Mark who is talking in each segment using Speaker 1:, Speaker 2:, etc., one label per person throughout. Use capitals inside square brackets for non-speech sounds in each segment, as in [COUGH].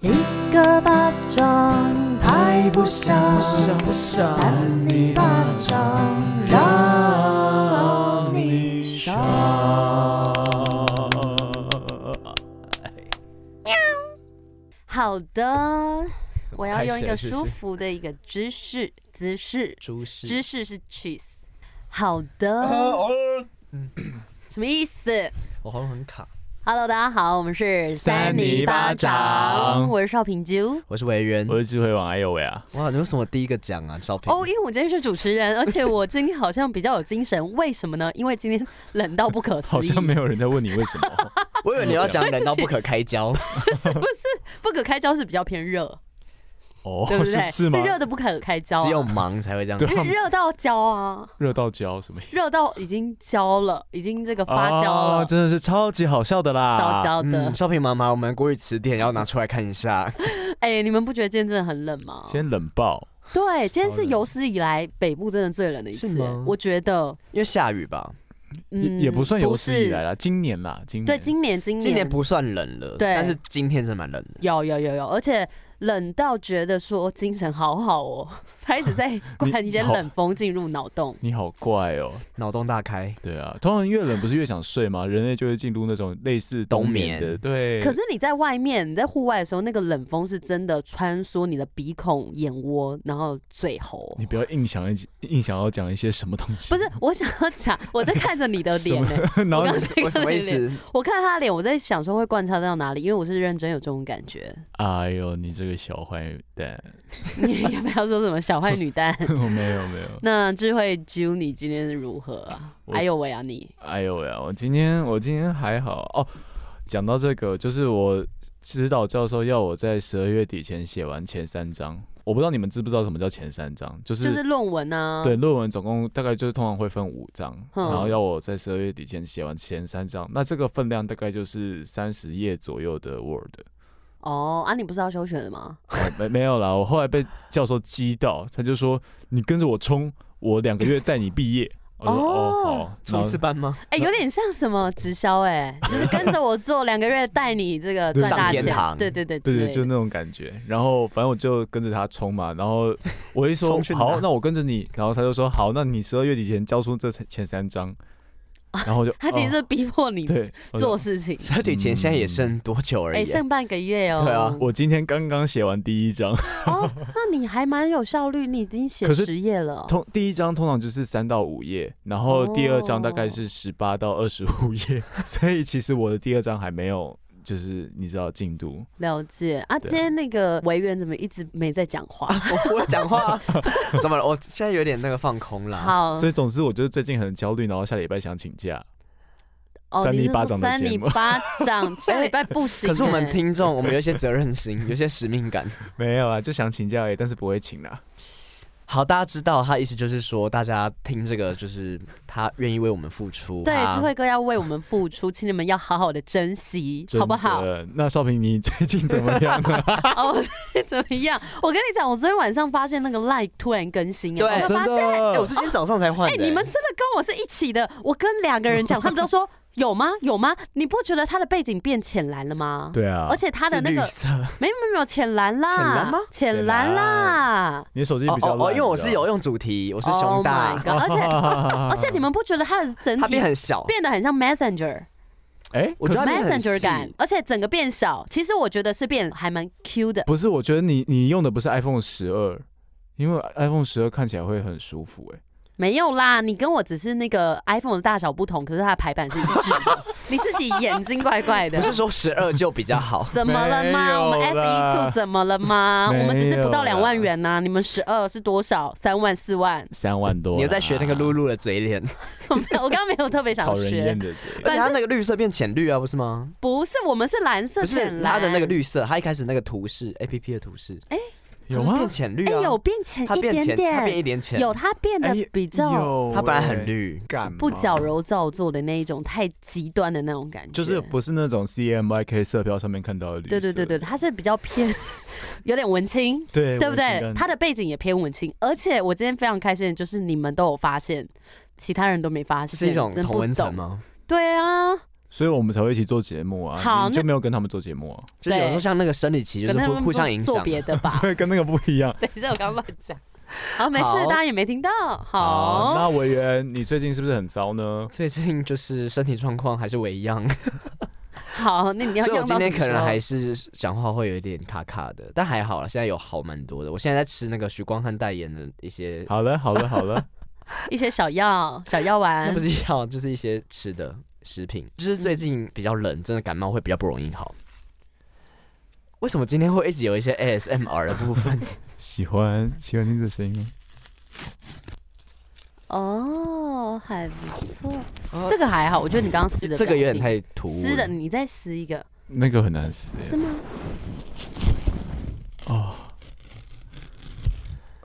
Speaker 1: 一个巴掌拍不响，
Speaker 2: 不想
Speaker 1: 扇你巴掌让你爽。好的，我要用一个舒服的一个姿势，姿势，
Speaker 2: 舒适
Speaker 1: 姿势是 cheese。好的，
Speaker 2: 哦，
Speaker 1: [COUGHS] 什么意思
Speaker 2: 我喉咙很卡。
Speaker 1: ？Hello，大家好，我们是
Speaker 2: 三泥巴掌
Speaker 1: 我是少平啾。
Speaker 2: 我是维人
Speaker 3: 我，是智慧王，哎呦喂啊！
Speaker 2: 哇，你为什么第一个讲啊？照片
Speaker 1: 哦，因为我今天是主持人，而且我今天好像比较有精神，为什么呢？因为今天冷到不可思议，
Speaker 3: [LAUGHS] 好像没有人在问你为什么，哦
Speaker 1: [LAUGHS]
Speaker 2: 我以为你要讲冷到不可开 [LAUGHS] 交，
Speaker 1: 不是不可开交是比较偏热，
Speaker 3: 哦，
Speaker 1: 对不对？
Speaker 3: 是是吗？
Speaker 1: 热的不可开交、
Speaker 2: 只有
Speaker 1: 啊，
Speaker 2: 忙才会这样。
Speaker 3: 对
Speaker 1: 因为热到焦啊，
Speaker 3: 热到焦什么意思？
Speaker 1: 热到已经焦了，已经这个发焦了，
Speaker 3: 哦啊真的是超级好笑的啦！
Speaker 1: 烧焦的
Speaker 2: 嗯，。少平妈妈，我们国语词典要拿出来看一下。
Speaker 1: 哎、你们不觉得今天真的很冷吗
Speaker 3: 今？天冷爆，
Speaker 1: 对，今天
Speaker 2: 超
Speaker 1: 是
Speaker 2: 冷
Speaker 1: 有史以来北部真的最冷的一
Speaker 2: 是
Speaker 1: 次
Speaker 2: 吗，
Speaker 1: 我觉得，
Speaker 2: 因为下雨吧，
Speaker 3: 也
Speaker 1: 嗯，
Speaker 3: 也不算有史以来
Speaker 1: 了。
Speaker 3: 啦，今年啦，今年
Speaker 1: 对，今年今年
Speaker 2: 今年不算冷了，
Speaker 1: 对
Speaker 2: 但是今天是蛮冷 [LAUGHS] 的。
Speaker 1: 有有有有，而且冷到觉得说精神好好哦， [LAUGHS] 他一直在灌一些
Speaker 3: 好
Speaker 1: 冷风进入脑洞。
Speaker 3: 你好怪哦，
Speaker 2: 脑洞大开，
Speaker 3: 对啊，通常越冷不是越想睡吗？人类就会进入那种类似冬眠的，
Speaker 2: 冬眠
Speaker 3: [LAUGHS] 对。
Speaker 1: 可是你在外面，你在户外的时候，那个冷风是真的穿梭你的鼻孔、眼窝，然后嘴喉。
Speaker 3: 你不要硬想一硬想要讲一些什么东西，
Speaker 1: 不是，我想要讲，我在看着你
Speaker 3: [LAUGHS]
Speaker 1: 的脸、欸，
Speaker 3: 然后
Speaker 1: 我刚刚
Speaker 3: 你
Speaker 1: 在
Speaker 2: 我什
Speaker 1: 看
Speaker 2: 么
Speaker 1: 你
Speaker 2: 意
Speaker 1: 的
Speaker 2: [LAUGHS]
Speaker 1: 脸，
Speaker 2: 思？
Speaker 1: 我看他的脸，我在想说会观察到哪里，因为我是认真有这种感觉。
Speaker 3: 哎呦，你这个小坏
Speaker 1: [LAUGHS]
Speaker 3: 蛋，
Speaker 1: 你也不要说什么小坏女蛋。 [LAUGHS]
Speaker 3: 我没有没有，
Speaker 1: 那智慧揪你今天是如何啊？
Speaker 3: 我
Speaker 1: 哎呦喂啊你！
Speaker 3: 哎呦喂啊！我今天我今天还好哦。讲到这个，就是我指导教授要我在十二月底前写完前三章，我不知道你们知不知道什么叫前三章，就是、
Speaker 1: 就是论文啊，
Speaker 3: 对论文总共大概就是通常会分五章，
Speaker 1: 嗯
Speaker 3: 然后要我在十二月底前写完前三章，那这个分量大概就是三十页左右的 Word。
Speaker 1: 哦，啊，你不是要休学的吗？
Speaker 3: 哦没没有啦，我后来被教授激到，他就说你跟着我冲，我两个月带你毕业。我说哦
Speaker 1: 哦
Speaker 3: 好，
Speaker 2: 冲
Speaker 3: 然后
Speaker 2: 刺班 [LAUGHS] 吗？
Speaker 1: 哎、有点像什么直销哎、就是跟着我做两个月，带你这个赚大
Speaker 2: 上天
Speaker 1: 钱，
Speaker 2: 堂
Speaker 1: 对对对，
Speaker 3: 对
Speaker 1: 之类
Speaker 3: 对，
Speaker 1: 的
Speaker 3: 就那种感觉。然后反正我就跟着他冲嘛，然后我一 [LAUGHS] 说
Speaker 2: 冲去哪
Speaker 3: 好，那我跟着你，然后他就说好，那你十二月底前交出这前三 [LAUGHS] 张，然后我就
Speaker 1: 他其实
Speaker 3: 哦
Speaker 1: 是逼迫你
Speaker 3: 对我就
Speaker 1: 做事情，
Speaker 2: 十二点前现在也剩多久而
Speaker 1: 哎、
Speaker 2: 已？啊
Speaker 1: 剩半个月哦、
Speaker 2: 对啊
Speaker 3: 我今天刚刚写完第一章，
Speaker 1: 哦，那你还蛮有效率，你已经写
Speaker 3: 可是
Speaker 1: 十页了。哦
Speaker 3: 通第一章通常就是三到五页，然后第二章大概
Speaker 1: 哦
Speaker 3: 是十八到二十五页， [LAUGHS] 所以其实我的第二章还没有，就是你知道进度，
Speaker 1: 了解啊，
Speaker 3: 对
Speaker 1: 今天那个委员怎么一直没在讲话？
Speaker 2: 我我讲话啊 [LAUGHS] 怎么了？我现在有点那个放空啦。
Speaker 1: 好，
Speaker 3: 所以总之我就是最近很焦虑，然后下礼拜想请假，
Speaker 1: 哦，
Speaker 3: 三
Speaker 1: 你
Speaker 3: 里
Speaker 1: 是
Speaker 3: 巴
Speaker 1: 说
Speaker 3: 掌的
Speaker 1: 三
Speaker 3: 节
Speaker 1: 里
Speaker 3: 目
Speaker 1: 巴掌，下礼拜不行、
Speaker 2: 可是我们
Speaker 1: 哎
Speaker 2: 听众，我们有一些责任心，有一些使命感。
Speaker 3: 没有啊，就想请假而已，但是不会请啦。
Speaker 2: [LAUGHS] 好，大家知道他意思就是说，大家听这个就是他愿意为我们付出。
Speaker 1: 对
Speaker 2: 他
Speaker 1: 智慧哥要为我们付出，请你们要好好的珍惜，
Speaker 3: 真
Speaker 1: 好不好？
Speaker 3: 的？那少平，你最近怎么样啊呢？
Speaker 2: [LAUGHS]
Speaker 1: 哦， [LAUGHS] 怎么样？我跟你讲，我昨天晚上发现那个 like 突然更新了，
Speaker 2: 对
Speaker 1: 我有
Speaker 3: 真
Speaker 1: 发现，
Speaker 2: 哎、
Speaker 3: 的
Speaker 2: 我，是今天早上才换
Speaker 1: 哎、
Speaker 2: 的、欸
Speaker 1: 你们真的跟我是一起的。我跟两个人讲，他们都说有吗？有吗？你不觉得他的背景变浅蓝了吗？。
Speaker 3: 对啊
Speaker 1: 而，且他的
Speaker 2: 是
Speaker 1: 那
Speaker 2: 绿 [LAUGHS]
Speaker 1: 个
Speaker 2: 色，
Speaker 1: 没有没有没有浅蓝啦，
Speaker 2: 浅蓝吗
Speaker 1: 浅蓝啦，
Speaker 3: 你的手机
Speaker 2: 哦
Speaker 3: 比较
Speaker 2: 哦
Speaker 3: 烂
Speaker 2: 哦，因为我是有，用主题，我
Speaker 1: 我
Speaker 2: 是熊大
Speaker 1: Oh my god！而且
Speaker 2: [LAUGHS]
Speaker 1: 而
Speaker 3: 而
Speaker 1: 且你们不觉得他的整
Speaker 2: 它
Speaker 1: 体
Speaker 2: 变很小，
Speaker 1: 变得很像 Messenger
Speaker 3: [LAUGHS] 哎，
Speaker 2: 我
Speaker 3: 可
Speaker 2: 觉
Speaker 3: 是
Speaker 2: 得它变很
Speaker 1: Messenger 感
Speaker 2: 细，
Speaker 1: 而且整个变小。其实我觉得是变还蛮 Q 的。
Speaker 3: 不是，我觉得你你用的不是 iPhone 十二，因为 iPhone 十二看起来会很舒服哎。
Speaker 1: 没有啦，你跟我只是那个 iPhone 的大小不同，可是它的排版是一致
Speaker 2: [LAUGHS]
Speaker 1: 的。你自己眼睛怪怪的。
Speaker 2: 不，是说十二就比较好 [LAUGHS]
Speaker 1: 怎么了
Speaker 3: 没有
Speaker 1: 吗？
Speaker 3: 啦
Speaker 1: 我们 S E Two 怎么了吗？
Speaker 3: 没有
Speaker 1: 我
Speaker 3: 啦
Speaker 1: 们只是不到两万元呐、你们十二是多少？三万、四万？ [LAUGHS]
Speaker 3: 三万多啦，
Speaker 2: 你又在学那个露露的嘴脸，
Speaker 1: 我没有我刚刚没有特别想
Speaker 3: 讨人
Speaker 1: 学
Speaker 3: 厌，的嘴，
Speaker 2: 而且它那个绿色变浅绿啊，不是吗？
Speaker 1: 不是，我们是蓝
Speaker 2: 不
Speaker 1: 色
Speaker 2: 是
Speaker 1: 浅
Speaker 2: 它
Speaker 1: 蓝
Speaker 2: 的那个。绿色，它一开始那个图示 A P P 的图示
Speaker 3: 有
Speaker 2: 它是
Speaker 3: 吗？
Speaker 2: 变浅绿
Speaker 1: 哎、
Speaker 2: 啊，
Speaker 1: 有变浅
Speaker 2: 它
Speaker 1: 一
Speaker 2: 变
Speaker 1: 点
Speaker 2: 浅，它变一
Speaker 1: 点，
Speaker 2: 点浅，
Speaker 1: 有它变得
Speaker 3: 哎
Speaker 1: 比较
Speaker 3: 有
Speaker 2: 它本来很
Speaker 3: 哎，
Speaker 2: 绿，
Speaker 3: 干嘛
Speaker 1: 不矫揉造作的那一种，太极端的那种感觉。
Speaker 3: 就是不是那种 CMYK 色标上面看到的绿色
Speaker 1: 对
Speaker 3: 的，
Speaker 1: 对对对，它是比较
Speaker 2: [LAUGHS]
Speaker 1: 偏有点文青，
Speaker 3: 对
Speaker 2: 哎
Speaker 1: 对不
Speaker 3: 我
Speaker 1: 对
Speaker 3: 觉？得
Speaker 1: 他的背景也偏文青，而且我今天非常开心的就是你们都有发现，其他人都没发现，
Speaker 2: 是一种
Speaker 1: 真
Speaker 2: 同
Speaker 1: 不
Speaker 2: 温层
Speaker 1: 懂。
Speaker 2: 吗？
Speaker 1: 对啊，
Speaker 3: 所以我们才会一起做节目啊。
Speaker 1: 好
Speaker 3: 你
Speaker 1: 那
Speaker 3: 就没有跟他们做节目啊？ [LAUGHS]
Speaker 2: 就是有时候像那个生理期，就
Speaker 1: 可
Speaker 2: 是
Speaker 1: 能他
Speaker 2: 互
Speaker 1: 们
Speaker 2: 互相影响啊
Speaker 1: 做。别的
Speaker 2: [LAUGHS]
Speaker 1: 吧。
Speaker 3: 对，跟那个不一样。
Speaker 1: 等一下，我刚刚乱讲。好，没事，
Speaker 2: 好
Speaker 1: 大家也没听到。
Speaker 2: 哦
Speaker 1: 好，
Speaker 3: 好那委员，你最近是不是很糟呢？
Speaker 2: 最近就是身体状况还是为一样，
Speaker 1: 好，那你要
Speaker 2: 所以我
Speaker 1: 用
Speaker 2: 今
Speaker 1: 到
Speaker 2: 天可
Speaker 1: 什么时
Speaker 2: 能
Speaker 1: 候
Speaker 2: 还是讲话会有一点卡卡的，但还好了，现在有好蛮多的。我现在在吃那个许光汉代言的一些，
Speaker 3: 好了，好了，好了。
Speaker 1: 一些小药、小药
Speaker 2: 那
Speaker 1: 丸
Speaker 2: 不。是药，就是一些吃的食品。就是
Speaker 1: 嗯
Speaker 2: 最近比较冷，真的感冒会比较不容易好。为什么今天会一直有一些 ASMR 的部
Speaker 1: [LAUGHS]
Speaker 2: 分？
Speaker 3: [LAUGHS] 喜欢喜欢听这声音吗？
Speaker 1: 哦，还不错
Speaker 2: 哦。
Speaker 1: 这个还好，我觉得你刚刚撕的
Speaker 2: 这个有点
Speaker 1: 比较
Speaker 2: 太突兀
Speaker 1: 近
Speaker 2: 了。
Speaker 1: 撕的，你再撕一个
Speaker 3: 那个很难撕
Speaker 1: 是
Speaker 3: 耶。
Speaker 1: 吗？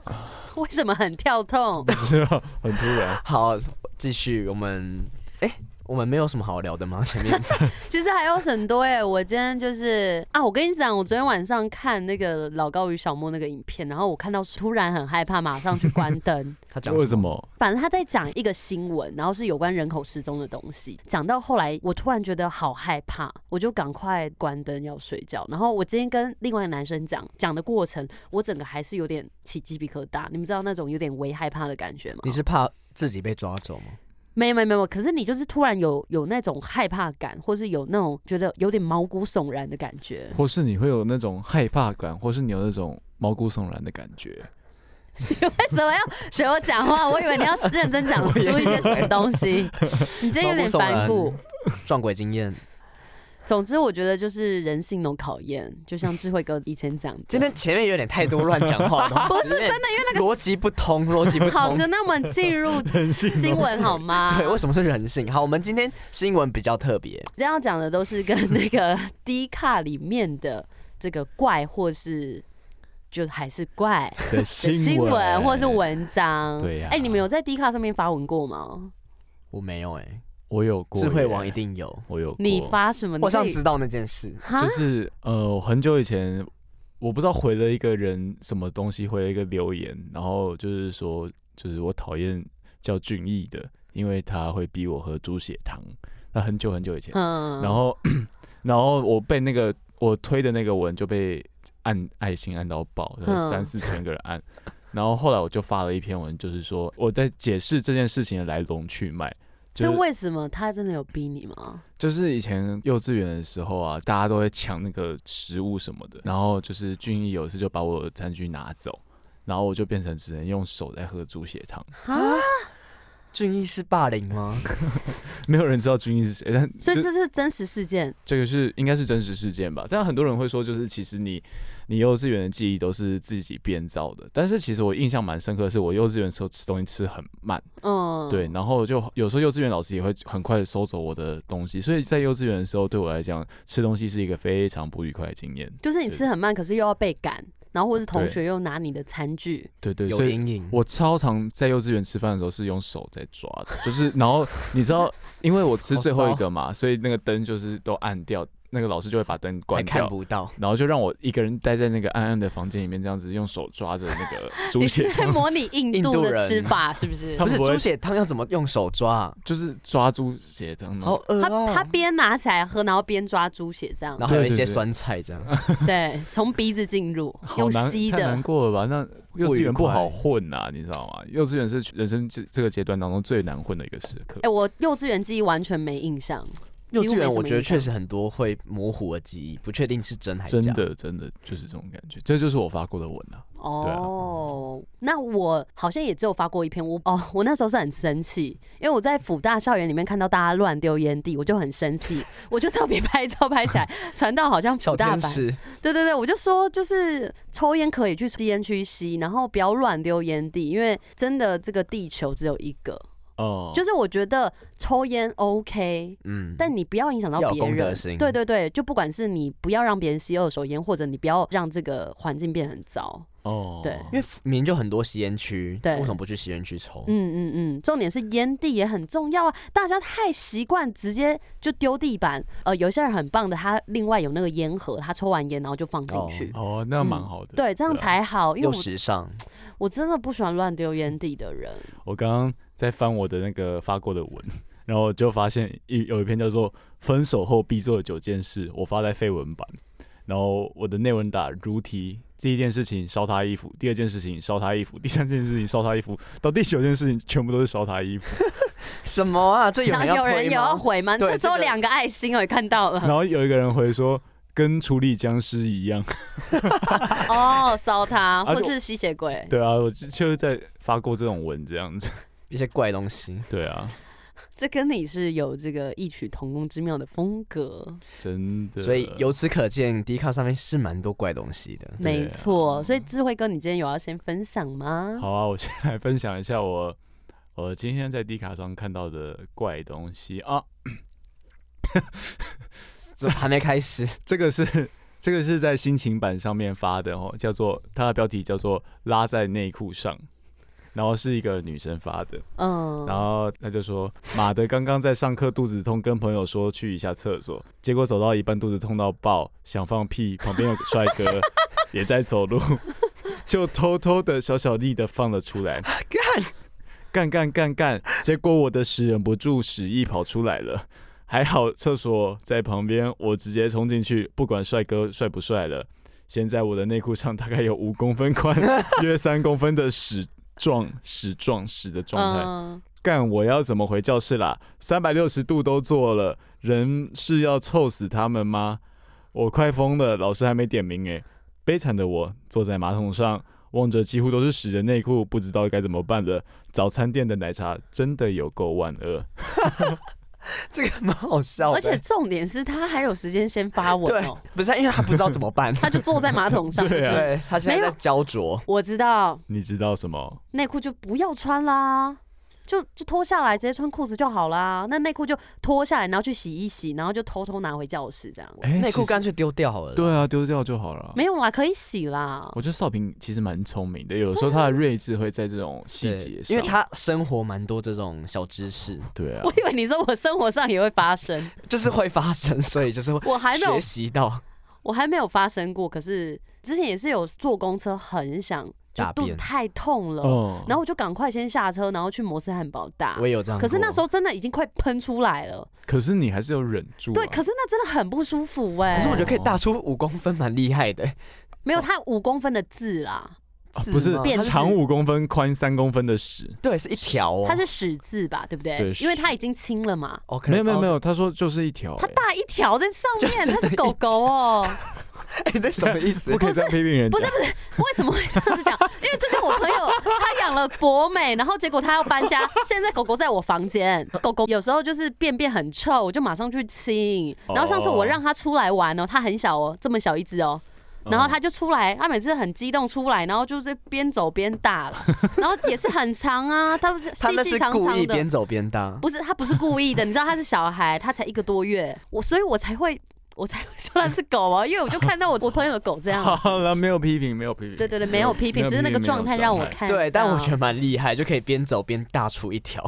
Speaker 3: 哦，
Speaker 1: [LAUGHS] 为什么很跳痛？
Speaker 2: [LAUGHS]
Speaker 3: 是啊， [LAUGHS] 很突然。
Speaker 2: 好，继续我们，哎、我们没有什么好聊的 [LAUGHS] 吗？前面
Speaker 1: 其实还有很多哎、我今天就是啊，我跟你讲，我昨天晚上看那个老高与小莫那个影片，然后我看到突然很害怕，马上去关灯。
Speaker 2: 他讲
Speaker 3: [LAUGHS] 为什么？
Speaker 1: 反正他在讲一个新闻，然后是有关人口失踪的东西。讲到后来，我突然觉得好害怕，我就赶快关灯要睡觉。然后我今天跟另外一个男生讲讲的过程，我整个还是有点起鸡皮疙瘩。你们知道那种有点微害怕的感觉吗？
Speaker 2: 你是怕自己被抓走吗？
Speaker 1: 没有没有没有，可是你就是突然有有那种害怕感，或是有那种觉得有点毛骨悚然的感觉。
Speaker 3: 或是你会有那种害怕感，或是你有那种毛骨悚然的感觉？
Speaker 1: 为什么要学我讲话？我以为你要认真讲出一些什么
Speaker 2: [LAUGHS]
Speaker 1: 东西。你今天有点反
Speaker 2: 毛骨悚
Speaker 1: 骨。
Speaker 2: 撞鬼经验。
Speaker 1: 总之，我觉得就是人性的考验，就像智慧哥以前讲的。
Speaker 2: 今天前面有点太多乱讲话的 [LAUGHS] 东西，不是真的，因为那个逻辑不通，逻辑不
Speaker 1: 好
Speaker 2: 通
Speaker 1: 的，。那我们进入
Speaker 3: [LAUGHS] 人性
Speaker 1: 新闻好吗？
Speaker 2: 对，为什么是人性？好，我们今天新闻比较特别，
Speaker 1: 今天要讲的都是跟那个 D 卡里面的这个怪，或是就还是怪
Speaker 3: [LAUGHS] 的
Speaker 1: 的新闻，或是
Speaker 3: 我
Speaker 1: 文章。
Speaker 3: 对呀
Speaker 1: 哎、你们有在 D 卡上面发文过吗？
Speaker 2: 我没有哎、
Speaker 3: 我有过
Speaker 2: 智慧
Speaker 3: 耶
Speaker 2: 王一，定有，
Speaker 3: 我有过。
Speaker 1: 你发什么？
Speaker 2: 我想
Speaker 1: 你可以
Speaker 2: 知道那件事。
Speaker 1: 哈
Speaker 3: 就是呃，我很久以前我不知道回了一个人什么东西，回了一个留言，然后就是说，就是我讨厌叫俊逸的，因为他会逼我喝猪血糖。那很久很久以前，
Speaker 1: 嗯
Speaker 3: 然后 [CLEARS THROAT] 然后我被那个我推的那个文就被按爱心按到爆，就是
Speaker 1: 嗯
Speaker 3: 三四千个人按。然后后来我就发了一篇文，就是说我在解释这件事情的来龙去脉。
Speaker 1: 就是为什么他真的有逼你吗？
Speaker 3: 就是以前幼稚园的时候啊，大家都会抢那个食物什么的，然后就是俊逸有一次就把我的餐具拿走，然后我就变成只能用手在喝猪血汤。 [LAUGHS]
Speaker 1: 啊，
Speaker 2: 俊逸是霸凌吗？
Speaker 3: 没有人知道俊逸是谁，但
Speaker 1: 所以
Speaker 3: 这
Speaker 1: 这是真实事件。
Speaker 3: 这个是应该是真实事件吧？但很多人会说，就是其实你你幼稚园的记忆都是自己编造的，但是其实我印象蛮深刻的是，我幼稚园的时候吃东西吃很慢，
Speaker 1: 嗯，
Speaker 3: 对，然后就有时候幼稚园老师也会很快的收走我的东西，所以在幼稚园的时候对我来讲，吃东西是一个非常不愉快的经验。
Speaker 1: 就是你
Speaker 3: 对
Speaker 1: 吃很慢，可是又要被赶，然后或是同学又拿你的餐
Speaker 3: [LAUGHS]
Speaker 1: 具，
Speaker 3: 对对，
Speaker 2: 有
Speaker 3: 所以
Speaker 2: 阴影。
Speaker 3: 我超常在幼稚园吃饭的时候是用手在抓的，就是然后你知道，因为我吃最后一个嘛，所以那个灯就是都暗掉，那个老师就会把灯
Speaker 2: 还
Speaker 3: 关
Speaker 2: 看
Speaker 3: 掉，
Speaker 2: 不到，
Speaker 3: 然后就让我一个人待在那个暗暗的房间里面，这样子用手抓着那个猪
Speaker 1: 你
Speaker 3: 血
Speaker 1: [LAUGHS] 是在
Speaker 3: 汤，
Speaker 1: 模拟印
Speaker 2: 印
Speaker 1: 度
Speaker 2: 度
Speaker 1: 的
Speaker 2: 人
Speaker 1: 吃法是不是
Speaker 3: [LAUGHS] 他？
Speaker 2: 不
Speaker 3: 们
Speaker 2: 是
Speaker 3: 不会
Speaker 2: 猪血汤要怎么用手抓、啊？
Speaker 3: 就是抓猪血汤嘛
Speaker 2: 好。饿
Speaker 1: 他
Speaker 3: 啊
Speaker 2: 哦、
Speaker 1: 他边拿起来喝，然后边抓猪血这样
Speaker 2: 然，后还有一
Speaker 3: 对
Speaker 2: 些
Speaker 3: 对对
Speaker 2: 酸菜这样。
Speaker 1: 对，从鼻子进入，
Speaker 3: 好
Speaker 1: 用
Speaker 3: 难，
Speaker 1: 吸
Speaker 3: 太难
Speaker 1: 的。
Speaker 3: 过了吧？那幼稚园
Speaker 2: 不愉
Speaker 3: 不
Speaker 2: 快
Speaker 3: 好混啊，你知道吗？幼稚园是人生这这个阶段当中最难混的一个时刻
Speaker 1: 哎、。我幼稚园记忆完全没印象，
Speaker 2: 幼稚园
Speaker 1: 几乎没什么
Speaker 2: 我觉得
Speaker 1: 印象
Speaker 2: 确实很多会模糊的记忆，不确定是真还
Speaker 3: 真
Speaker 2: 假。
Speaker 3: 的，真的就是这种感觉，这就是我发过的文啊。
Speaker 1: 哦，那我好像也只有发过一篇。我哦，我那时候是很生气，因为我在辅大校园里面看到大家乱丢烟蒂，我就很生气，我就特别 [LAUGHS] 拍照拍起来，传到好像
Speaker 2: 小
Speaker 1: 辅大
Speaker 2: 天
Speaker 1: 版。
Speaker 2: 使，
Speaker 1: 对对对，我就说就是抽烟可以去吸烟区吸，然后不要乱丢烟蒂，因为真的这个地球只有一个。
Speaker 3: 哦，
Speaker 1: 就是我觉得抽烟 OK，
Speaker 2: 嗯，
Speaker 1: 但你不要影响到
Speaker 2: 要有
Speaker 1: 别
Speaker 2: 公德
Speaker 1: 人
Speaker 2: 心。
Speaker 1: 对对对，就不管是你不要让别人吸二手烟，或者你不要让这个环境变很糟。
Speaker 3: 哦，
Speaker 1: 对
Speaker 2: 因为明明就很多吸烟区，
Speaker 1: 对
Speaker 2: 为什么不去吸烟区抽？
Speaker 1: 嗯嗯嗯，重点是烟蒂也很重要啊！大家太习惯直接就丢地板。呃，有些人很棒的，他另外有那个烟盒，他抽完烟然后就放进
Speaker 2: 哦
Speaker 1: 去。
Speaker 3: 哦，那蛮好的。
Speaker 1: 对，这样
Speaker 3: 对啊
Speaker 1: 才好，因为
Speaker 2: 又
Speaker 1: 我
Speaker 2: 时尚，
Speaker 3: [LAUGHS]
Speaker 1: 我真的不喜欢乱丢烟蒂的人。
Speaker 3: 我刚刚在翻我的那个发过的文， [LAUGHS] 然后我就发现一有一篇叫做《分手后必做的九件事》，我发在废文版，然后我的内文打如题。第一件事情烧他衣服，第二件事情烧他衣服，第三件事情烧他衣服，到第九件事情全部都是烧他衣服。 [LAUGHS]
Speaker 2: 什么啊？这有
Speaker 1: 然后
Speaker 2: 人
Speaker 1: 有
Speaker 2: 要
Speaker 1: 人
Speaker 2: 推
Speaker 1: 有
Speaker 2: 吗
Speaker 1: 要？回吗？
Speaker 2: 对
Speaker 1: 这只有
Speaker 2: 这个
Speaker 1: 两个爱心哦，也看到了
Speaker 3: [LAUGHS] 然后有一个人回说，跟处理僵尸一样。 [LAUGHS]
Speaker 1: 哦，烧他
Speaker 3: 而
Speaker 1: 或
Speaker 3: 且我
Speaker 1: 是吸血鬼。
Speaker 3: 啊对啊，我就就是在发过这种文这样子。
Speaker 2: 一些怪东西，
Speaker 3: [LAUGHS] 对啊，
Speaker 1: 这跟你是有这个异曲同工之妙的风格，
Speaker 3: 真的。
Speaker 2: 所以由此可见，D 卡上面是蛮多怪东西的。
Speaker 3: 对啊
Speaker 1: 没错。所以智慧哥，你今天有要先分享吗？
Speaker 3: 好啊，我先来分享一下我我今天在 D 卡上看到的怪东西啊。
Speaker 2: 这还没开始，
Speaker 3: 这个是这个是在心情版上面发的哦，叫做它的标题叫做“拉在内裤上”，然后是一个女生发的，
Speaker 1: 嗯，
Speaker 3: 然后她就说：“马德刚刚在上课肚子痛，跟朋友说去一下厕所，结果走到一半肚子痛到爆，想放屁，旁边有个帅
Speaker 1: [LAUGHS]
Speaker 3: 哥也在走路，就偷偷的小小力的放了出来，
Speaker 2: 干
Speaker 3: 干干干干，结果我的屎忍不住屎意跑出来了。还好厕所在旁边，我直接冲进去，不管帅哥帅不帅了。现在我的内裤上大概有五公分宽，约三公分的屎状屎状屎的状态。
Speaker 1: 嗯
Speaker 3: 干，我要怎么回教室啦？三百六十度都做了，人是要臭死他们吗？我快疯了，老师还没点名诶。悲惨的我坐在马桶上，望着几乎都是屎的内裤，不知道该怎么办了。早餐店的奶茶真的有够万恶，
Speaker 2: 这个蛮好笑的，
Speaker 1: 而且重点是他还有时间先发文
Speaker 3: [LAUGHS]
Speaker 1: 哦，
Speaker 2: 不是因为他不知道怎么办，
Speaker 1: 他就坐在马桶上。
Speaker 3: 对啊
Speaker 1: 就
Speaker 2: 对他现在在焦灼，
Speaker 1: 我知道
Speaker 3: 你知道什么？
Speaker 1: 内裤就不要穿啦，就就脱下来直接穿裤子就好啦。那内裤就脱下来，然后去洗一洗，然后就偷偷拿回教室这样。
Speaker 3: 哎
Speaker 2: 内裤干
Speaker 3: 其
Speaker 2: 脆丢掉好了。
Speaker 3: 实对啊，丢掉就好了。
Speaker 1: 没有啦，可以洗啦。
Speaker 2: 哦
Speaker 3: 我觉得少平其实蛮聪明的，有时候他的睿智会在这种细
Speaker 2: 对
Speaker 3: 节
Speaker 2: 因
Speaker 3: 上
Speaker 2: 为。他生活蛮多这种小知识，
Speaker 3: 对啊
Speaker 1: 我，以为你说我生活上也会
Speaker 2: [LAUGHS]
Speaker 1: 发生，
Speaker 2: 就是会发生，所以就是会
Speaker 1: 我还没有
Speaker 2: 学习
Speaker 1: 啊
Speaker 2: 到
Speaker 1: 我还没有发生过。可是之前也是有坐公车，很想就
Speaker 2: 大
Speaker 1: 肚子
Speaker 2: 便。
Speaker 1: 太痛了，
Speaker 3: 嗯
Speaker 1: 然后我就赶快先下车，然后去摩斯汉堡大
Speaker 2: 哦我。也有这样过，
Speaker 1: 可是那时候真的已经快喷出来了，
Speaker 3: 可是你还是有忍住、啊。
Speaker 1: 对，可是那真的很不舒服哎、
Speaker 2: 可是我觉得可以大出五公分，蛮厉害的。哦
Speaker 1: 没有它五公分的字啦，
Speaker 3: 啊不
Speaker 2: 字
Speaker 3: 是
Speaker 2: 吗
Speaker 1: 变
Speaker 2: 它
Speaker 1: 成
Speaker 3: 长五公分、宽三公分的屎。
Speaker 2: 对，是一条哦。
Speaker 1: 它是屎字吧，对不对
Speaker 3: 对？
Speaker 1: 因为它已经清了嘛，
Speaker 2: 哦，可能
Speaker 3: 没有没有没
Speaker 2: 哦
Speaker 3: 有，他说就是一条、
Speaker 1: 它
Speaker 3: 欸
Speaker 1: 大一条在上面，
Speaker 2: 就是
Speaker 1: 它是狗狗哦。
Speaker 2: 哎， [LAUGHS] 那什么意思
Speaker 3: 不？可以再批评人家。
Speaker 1: 不是不是，为什么会这样子讲？因为之前我朋友他养了博美，然后结果他要搬家，现在狗狗在我
Speaker 2: [LAUGHS]
Speaker 1: 房间，狗狗有时候就是便便很臭，我就马上去清。
Speaker 2: 哦
Speaker 1: 然后上次我让它出来玩哦，它很小哦，这么小一只哦。
Speaker 2: 嗯
Speaker 1: 然后它就出来，它每次很激动出来，然后就是边走边大了，然后也是很长啊，它不是
Speaker 2: [LAUGHS] 他
Speaker 1: 细
Speaker 2: 那
Speaker 1: 细
Speaker 2: 是
Speaker 1: 长
Speaker 2: 故
Speaker 1: 长
Speaker 2: 意
Speaker 1: 的
Speaker 2: 边，走边搭。
Speaker 1: 不是它不是故意的，你知道它是小孩，它才一个多月，我所以我才会我才会说它是狗啊，因为我就看到我我朋友的狗这样，
Speaker 3: [LAUGHS] 好了，没有批评，没有批评。
Speaker 1: 对对对，没有批评，只是那个状态让我看。
Speaker 2: 对，但我觉得，蛮厉害，就可以边走边大出一
Speaker 1: [LAUGHS]
Speaker 2: 条。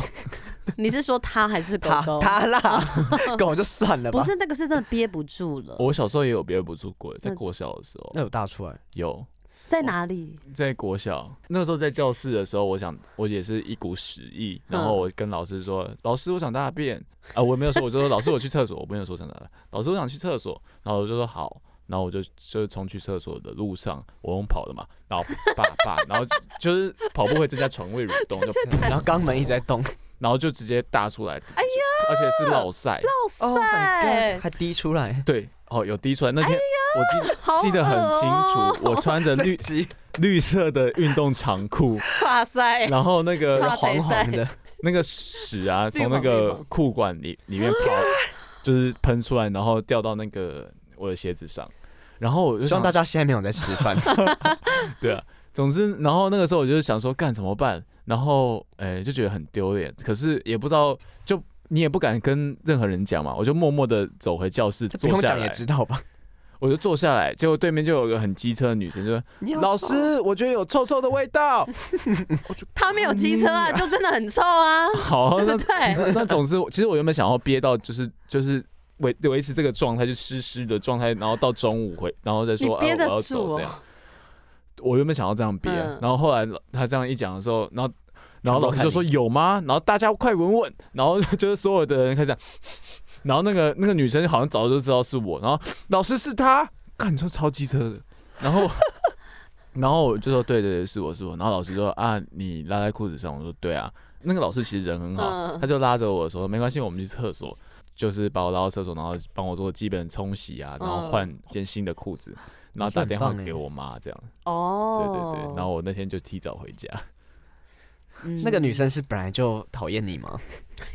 Speaker 1: 你是说他还是狗
Speaker 2: 他
Speaker 1: 狗？哦
Speaker 2: 他啦， [LAUGHS] 狗就算了吧。
Speaker 1: 不，是那个是真的憋不住了，
Speaker 3: 我小时候也有憋不住过，在国小的时候
Speaker 2: 那有大出来。
Speaker 3: 有，
Speaker 1: 在哪里？
Speaker 3: 在国小那时候在教室的时候，我想我也是一股屎意，然后我跟老师说：“老师，我想大便。”啊，我没有说，我就说：“老师，我去厕所。”我没有说想大便，老师，我想去厕所。然后我就说好，然后我就就是冲去厕所的路上，我用跑的嘛，然后叭叭，然后就是跑步会增加肠胃蠕动，就
Speaker 2: 然后肛门一直在
Speaker 1: [LAUGHS]
Speaker 2: 动。
Speaker 3: 然后就直接大出来，哎呀，而且是落晒，
Speaker 2: 哦，
Speaker 1: 塞
Speaker 2: 还滴出来。
Speaker 3: 对，哦，有滴出来。那天、
Speaker 1: 好
Speaker 3: 我记记得很清
Speaker 1: 恶
Speaker 3: 楚，我穿着 [LAUGHS] 绿
Speaker 2: 鸡
Speaker 3: 绿色的运动长 [LAUGHS] 裤，
Speaker 1: 哇塞，
Speaker 3: 然后那
Speaker 1: 差
Speaker 3: 个
Speaker 2: 黄黄的，
Speaker 3: 那个屎啊，
Speaker 1: 绿
Speaker 3: 从那
Speaker 1: 黄绿
Speaker 3: 个
Speaker 1: 黄
Speaker 3: 裤管里里面跑，就是喷出来，然后掉到那个我的鞋子上，然后我就
Speaker 2: 希望
Speaker 3: 想
Speaker 2: 大家现在没有在吃 [LAUGHS] 饭。
Speaker 3: 对啊，总之，然后那个时候我就想说，干怎么办？然后，哎、就觉得很丢脸，可是也不知道，就你也不敢跟任何人讲嘛，我就默默的走回教室，
Speaker 2: 这不
Speaker 3: 坐
Speaker 2: 用
Speaker 3: 下
Speaker 2: 讲也
Speaker 3: 来，
Speaker 2: 知道吧？
Speaker 3: 我就坐下来，结果对面就有个很机车的女生就说
Speaker 2: 你：“好
Speaker 3: 老
Speaker 2: 臭
Speaker 3: 师，我觉得有臭臭的味道。
Speaker 1: 他没有机车啊，就真的很臭啊，”
Speaker 3: 好，
Speaker 2: [LAUGHS]
Speaker 1: 对
Speaker 3: 那
Speaker 1: 不对？
Speaker 3: [LAUGHS] 那总之，其实我原本想要憋到就是就是维维持这个状态，就湿湿的状态，然后到中午回，然后再说
Speaker 1: 你憋
Speaker 3: 啊、
Speaker 1: 得
Speaker 3: 我要
Speaker 1: 住
Speaker 3: 走
Speaker 1: 哦
Speaker 3: [LAUGHS] 这样。我原本想要这样憋，
Speaker 1: 嗯
Speaker 3: 然后后来他这样一讲的时候，然后然
Speaker 2: 全部
Speaker 3: 后
Speaker 2: 都
Speaker 3: 老师就说
Speaker 2: 看
Speaker 3: 有吗？然后大家快闻闻，然后 [LAUGHS] 就是所有的人开始这样，然后那个那个女生好像早就知道是我，然后老师是她，干，你说超机车的，然
Speaker 1: [LAUGHS]
Speaker 3: 后然后我就说对对对，是我是我，然后老师就说啊，你拉在裤子上，我说对啊，那个老师其实人很好，
Speaker 1: 嗯
Speaker 3: 他就拉着我说没关系，我们去厕所。就是把我拉到厕所，然后帮我做基本冲洗啊，然后
Speaker 1: 嗯
Speaker 3: 换件新的裤子，然后打
Speaker 2: 很
Speaker 3: 电话
Speaker 2: 棒欸
Speaker 3: 给我妈这样。对
Speaker 1: 哦，
Speaker 3: 对对，然后我那天就提早回家。
Speaker 1: 嗯
Speaker 2: 那个女，生是本来就讨厌你吗？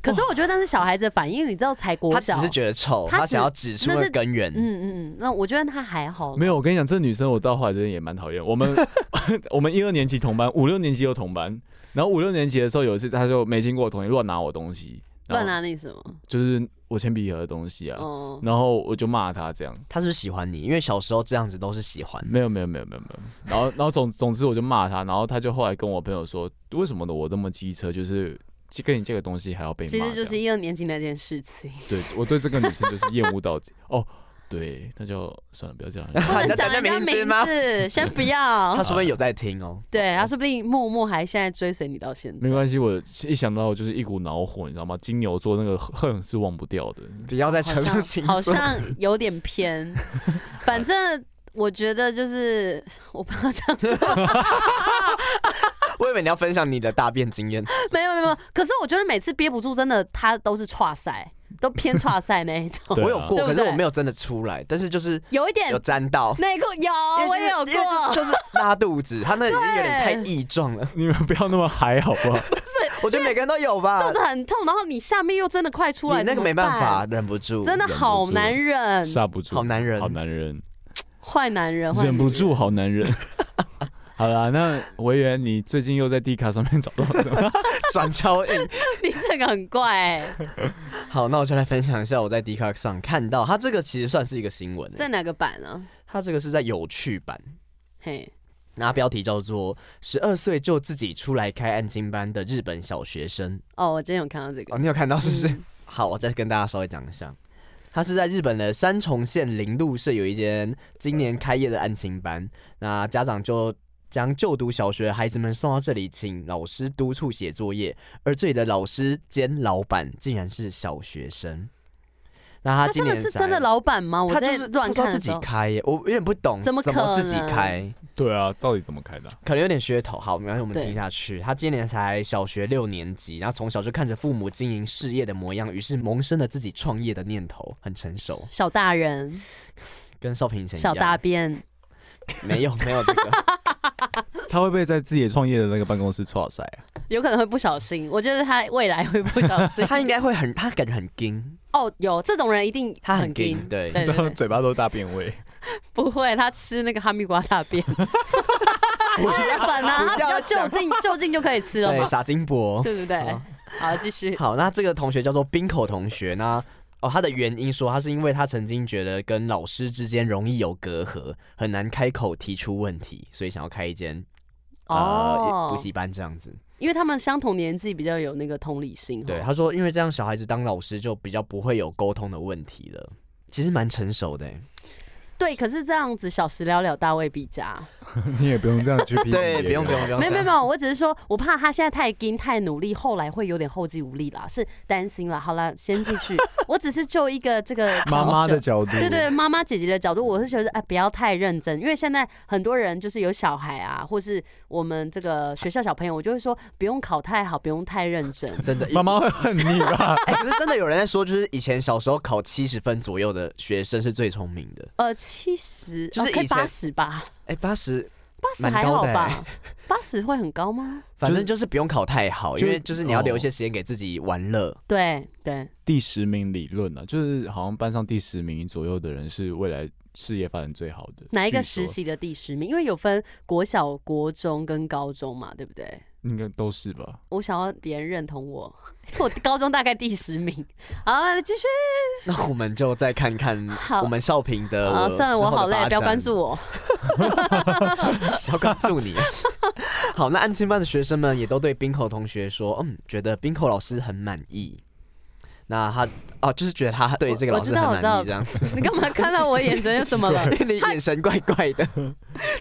Speaker 1: 可是我觉得那是小孩子的反应，你知道才国
Speaker 2: 她只
Speaker 1: 小，
Speaker 2: 是觉得臭，
Speaker 1: 她
Speaker 2: 她
Speaker 1: 只
Speaker 2: 想要指出
Speaker 1: 那
Speaker 2: 了
Speaker 1: 是
Speaker 2: 根源。
Speaker 1: 嗯嗯嗯，那我觉得他还好，
Speaker 3: 没有，我跟你讲，这女生我到后来真的也蛮讨厌。
Speaker 1: [LAUGHS]
Speaker 3: 我们我们一二年级同班，五六年级又同班，然后五六年级的时候有一次，她就没经过我同意乱拿我东西，然
Speaker 1: 乱
Speaker 3: 后
Speaker 1: 拿你什么？
Speaker 3: 就是我铅笔盒的东西啊，
Speaker 1: 哦，
Speaker 3: 然后我就骂她这样。
Speaker 2: 她是不是喜欢你？因为小时候这样子都是喜欢。
Speaker 3: 没有没有没有没有没有，然后然 [LAUGHS] 后总总之我就骂她，然后她就后来跟我朋友说，为什么我这么机车，就是跟你借个东西还要被骂
Speaker 1: 其
Speaker 3: 这样，
Speaker 1: 实就是一二年级那件事 [LAUGHS] 情，
Speaker 3: 对我对这个女生就是厌恶到底。哦，对，那就算了，不要
Speaker 1: [LAUGHS]
Speaker 3: 这样。
Speaker 1: 不能
Speaker 2: 那
Speaker 1: 讲
Speaker 2: 讲人
Speaker 1: 人家
Speaker 2: 家名字吗
Speaker 1: 字，先不 [LAUGHS] 要
Speaker 2: 她。说不定有在听哦。
Speaker 1: 对，他说不定默默还现在追随你到现
Speaker 2: [LAUGHS]
Speaker 1: 在
Speaker 3: 没。关系，我一想到我就是一股恼火，你知道吗？金牛座那个恨是忘不掉的。
Speaker 2: 不要再扯
Speaker 1: 好
Speaker 2: 上
Speaker 1: 像
Speaker 2: 星
Speaker 1: 好
Speaker 2: 座，
Speaker 1: 像有
Speaker 2: [LAUGHS]
Speaker 1: 点偏，反正我觉得就是我不知道这样说，
Speaker 2: 我以为你要分享你的大便经验。
Speaker 1: 没有没有没有，可是我觉得每次憋不住，真的他都是岔赛，都偏岔赛那
Speaker 2: [LAUGHS]
Speaker 1: 一种，
Speaker 3: 对
Speaker 2: 哦
Speaker 3: 啊
Speaker 2: 我有过，
Speaker 1: 对不
Speaker 2: 可
Speaker 1: 对
Speaker 2: 是我没有真的出来，但是就是
Speaker 1: 有一点
Speaker 2: 有沾到。
Speaker 1: 内裤有，我也有
Speaker 2: 因为就是因为就
Speaker 1: 过，
Speaker 2: 就是拉肚子，她那已经有点太
Speaker 1: 对
Speaker 2: 异状了。
Speaker 3: 你们不要那么嗨好
Speaker 1: [LAUGHS]
Speaker 3: 不好？
Speaker 2: 我觉得每个人都有吧
Speaker 1: 肚，子很痛，然后你下面又真的快出来，
Speaker 2: 你那个
Speaker 1: 怎么
Speaker 2: 没办法，
Speaker 1: 办，
Speaker 2: 忍不住，
Speaker 1: 真的好难忍，
Speaker 3: 刹不住，
Speaker 2: 好男人
Speaker 3: 好男人，
Speaker 1: 坏男人，坏
Speaker 3: 忍不
Speaker 1: 男
Speaker 3: 住，好男人。 [LAUGHS] 好啦，那维园，你最近又在 D 卡上面找到什么？
Speaker 2: 转超硬。 [LAUGHS]
Speaker 1: 人， [LAUGHS] 你这个很怪欸，
Speaker 2: 好，那我就来分享一下我在 d c a r 上看到，它这个其实算是一个新闻欸，
Speaker 1: 在哪个版啊？
Speaker 2: 它这个是在有趣版，
Speaker 1: 嘿，
Speaker 2: 那它标题叫做“十二岁就自己出来开安亲班的日本小学生
Speaker 1: 哦，我今天有看到这”。
Speaker 2: 哦，
Speaker 1: 个，
Speaker 2: 你有看到是不是？
Speaker 1: 嗯
Speaker 2: 好，我再跟大家稍微讲一下，它是在日本的三重县铃鹿市有一间今年开业的安亲班，那家长就。将就读小学的孩子们送到这里，请老师督促写作业，而这里的老师兼老板竟然是小学生。那他
Speaker 1: 他
Speaker 2: 今
Speaker 1: 真
Speaker 2: 年
Speaker 1: 的是
Speaker 2: 才
Speaker 1: 真的老板吗？我
Speaker 2: 他
Speaker 1: 在
Speaker 2: 就是
Speaker 1: 乱
Speaker 2: 他说
Speaker 1: 看
Speaker 2: 自
Speaker 1: 的时
Speaker 2: 己
Speaker 1: 候，
Speaker 2: 开耶，我有点不懂
Speaker 1: 怎么可
Speaker 2: 自己
Speaker 1: 能
Speaker 2: 开，
Speaker 3: 对啊，到底怎么开的啊、
Speaker 2: 可能有点噱头。好，没关系，我们
Speaker 1: 对
Speaker 2: 听下去。他今年才小学六年级，然后从小就看着父母经营事业的模样，于是萌生了自己创业的念头，很成熟，
Speaker 1: 小大人，
Speaker 2: 跟少平以前一
Speaker 1: 小
Speaker 2: 样。
Speaker 1: 大便。
Speaker 2: 没有没有这
Speaker 1: [LAUGHS]
Speaker 2: 个，
Speaker 3: 他会不会在自己创业的那个办公室错赛啊？
Speaker 1: 有可能会不小心，我觉得他未来会不
Speaker 2: [LAUGHS]
Speaker 1: 小心。
Speaker 2: 他应该会很，他感觉很硬，
Speaker 1: 哦，有这种人一定
Speaker 2: 他很
Speaker 1: 硬
Speaker 2: 硬，，对。
Speaker 1: 对对
Speaker 3: 他
Speaker 1: 对，
Speaker 3: [LAUGHS] 嘴巴都是大便味。
Speaker 1: 不会，他吃那个哈密瓜大
Speaker 2: [LAUGHS]
Speaker 1: 便，日本啊，他
Speaker 2: 不
Speaker 1: 比较
Speaker 2: 要
Speaker 1: 就近就近就可以吃了
Speaker 2: 对，
Speaker 1: 嘛，
Speaker 2: 撒金箔。
Speaker 1: [LAUGHS] 对不对？好，继续。
Speaker 2: 好，那这个同学叫做冰口同学，那哦，他的原因说他是因为他曾经觉得跟老师之间容易有隔阂，很难开口提出问题，所以想要开一间 [LAUGHS] 呃
Speaker 1: 哦
Speaker 2: 补，习班这样子。
Speaker 1: 因为他们相同年纪比较有那个同理心，
Speaker 2: 对，
Speaker 1: 哦，
Speaker 2: 他说因为这样小孩子当老师就比较不会有沟通的问题了。其实蛮成熟的欸，
Speaker 1: 对。可是这样子小时了了，大未必佳。
Speaker 3: 你也不用这样去批评别
Speaker 2: 对，
Speaker 3: 人
Speaker 2: 不用不用不用
Speaker 1: 没有
Speaker 2: 这
Speaker 1: 没
Speaker 2: 样，
Speaker 1: 有没有，我只是说我怕他现在太拼太努力，后来会有点后继无力啦，是担心啦。好啦，先进
Speaker 2: [LAUGHS]
Speaker 1: 去。我只是就一个这个
Speaker 3: 妈
Speaker 1: 角色
Speaker 3: 妈的角度，
Speaker 1: 对对，妈妈姐姐的角度，我是觉得哎，不要太认真，因为现在很多人就是有小孩啊，或是我们这个学校小朋友，我就会说不用考太好，不用太认真。
Speaker 2: [LAUGHS] 真的，
Speaker 3: 妈妈会恨你吧？ [LAUGHS]
Speaker 2: 哎，可是真的有人在说，就是以前小时候考七十分左右的学生是最聪明的。
Speaker 1: 呃，七十呃
Speaker 2: 就是
Speaker 1: 可以
Speaker 2: 以前
Speaker 1: 八十吧，
Speaker 2: 哎，八十，
Speaker 1: 八十
Speaker 2: 蛮
Speaker 1: 还
Speaker 2: 高
Speaker 1: 好
Speaker 2: 的欸
Speaker 1: 吧？八十会很高吗？
Speaker 2: 反正就是不用考太好，
Speaker 3: 就
Speaker 2: 因为就是你哦要留
Speaker 3: 哦
Speaker 2: 一些时间给自己玩乐。
Speaker 1: 对对，
Speaker 3: 第十名理论啊，就是好像班上第十名左右的人是未来事业发展最好的。
Speaker 1: 哪一个
Speaker 3: 据说
Speaker 1: 时？期的第十名？因为有分国小、国中跟高中嘛，对不对？
Speaker 3: 应该都是吧。
Speaker 1: 我想要别人认同我，我高中大概第十名。好，继续。
Speaker 2: 那我们就再看看
Speaker 1: 好
Speaker 2: 我们少平的
Speaker 3: 呃
Speaker 1: 啊，算了，我好累，不要关注
Speaker 2: 我，
Speaker 3: [LAUGHS]
Speaker 1: 我。
Speaker 2: 要关注你。 [LAUGHS] 好，那安亲班的学生们也都对冰口同学说，嗯，觉得冰口老师很满意。那他哦，就是觉得他对这个
Speaker 1: 我
Speaker 2: 老师
Speaker 1: 知
Speaker 2: 很
Speaker 1: 道我知
Speaker 2: 满
Speaker 1: 道
Speaker 2: 意这样子，
Speaker 1: 你干嘛看 [LAUGHS] 到我眼神又怎么了？
Speaker 2: 因为你眼神
Speaker 1: [LAUGHS]
Speaker 2: 怪怪的，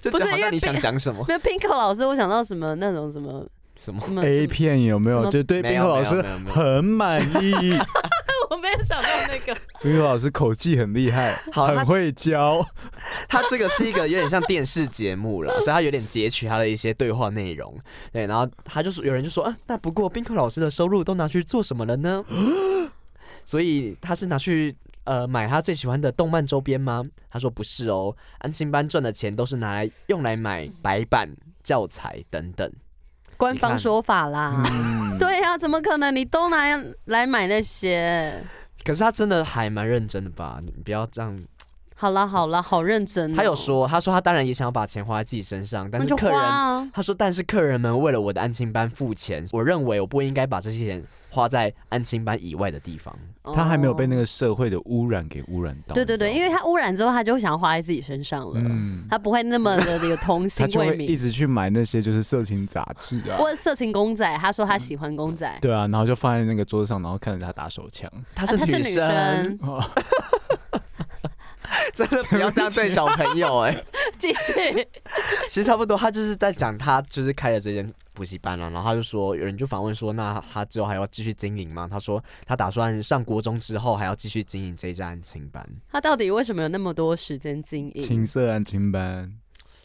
Speaker 2: 就
Speaker 1: 不
Speaker 2: 觉得
Speaker 1: 是
Speaker 2: 好
Speaker 1: 因为
Speaker 2: 像你想
Speaker 1: 冰
Speaker 2: 讲什么。
Speaker 1: 没有 Pinko 老师，我想到什么那种什么
Speaker 2: 什么？
Speaker 1: 什么
Speaker 3: A
Speaker 1: 什么
Speaker 3: 片有没
Speaker 1: 嗯什
Speaker 3: 有？
Speaker 1: 么
Speaker 3: 就对
Speaker 2: 没
Speaker 3: 冰
Speaker 2: 有
Speaker 3: 河老
Speaker 2: 没
Speaker 3: 师
Speaker 2: 有没有没有
Speaker 3: 很满 [LAUGHS] 意，
Speaker 1: [LAUGHS] 我没有想到那个，
Speaker 3: 冰河老师口技很厉害，
Speaker 2: 好
Speaker 3: 很
Speaker 2: 他
Speaker 3: 会 [LAUGHS] 教。
Speaker 2: 它这个是一个有点像电视节目了，所以它有点截取它的一些对话内容。对，然后他就是有人就说，啊，那不过宾客老师的收入都拿去做什么了呢？ [GASPS] 所以他是拿去呃买他最喜欢的动漫周边吗？他说不是哦，安亲班赚的钱都是拿来用来买白板、教材等等。
Speaker 1: 官方说法啦。
Speaker 3: 嗯，
Speaker 1: 对呀、怎么可能？你都拿来买那些？
Speaker 2: 可是他真的还蛮认真的吧？你不要这样。
Speaker 1: 好啦好啦，好认真、哦
Speaker 2: 他有，说，他说他当然也想要把钱花在自己身上，但
Speaker 1: 那
Speaker 2: 是
Speaker 1: 就
Speaker 2: 客
Speaker 1: 花
Speaker 2: 人
Speaker 1: 啊。
Speaker 2: 他说：“但是客人们为了我的安亲班付钱，我认为我不应该把这些钱花在安亲班以外的地方。
Speaker 3: 他还没有被那
Speaker 1: 个。
Speaker 3: 个社会的污染给污染到。
Speaker 1: 哦对对对，
Speaker 3: 你
Speaker 1: 因为
Speaker 3: 知道吗
Speaker 1: 他污染之后，他就会想花在自己身上了，
Speaker 3: 嗯，
Speaker 1: 他不会那么的有童
Speaker 3: [LAUGHS] 他
Speaker 1: 心
Speaker 3: 就
Speaker 1: 未
Speaker 3: 会一
Speaker 1: 泯。
Speaker 3: 直去买那些就是色情杂志啊。
Speaker 1: 或者色情公仔，他说他喜欢公仔，
Speaker 3: 对啊，然后就放在那个桌子上，然后看着他打手
Speaker 1: [LAUGHS]
Speaker 3: 枪。”
Speaker 2: 她
Speaker 1: 啊
Speaker 2: 是
Speaker 1: 她是
Speaker 2: 女
Speaker 1: 女
Speaker 2: 生， [LAUGHS]
Speaker 1: 生，
Speaker 2: 真的不要这样对小朋友 [LAUGHS] 哎、
Speaker 1: [LAUGHS] 继续。
Speaker 2: 其实差不多，他就是在讲他就是开了这间补习班了、然后他就说，有人就访问说，那他之后还要继续经营吗？他说他打算上国中之后还要继续经营这一家安亲班，
Speaker 1: [LAUGHS] 他到底为什么有那么多时间经营？
Speaker 3: 青色安亲班，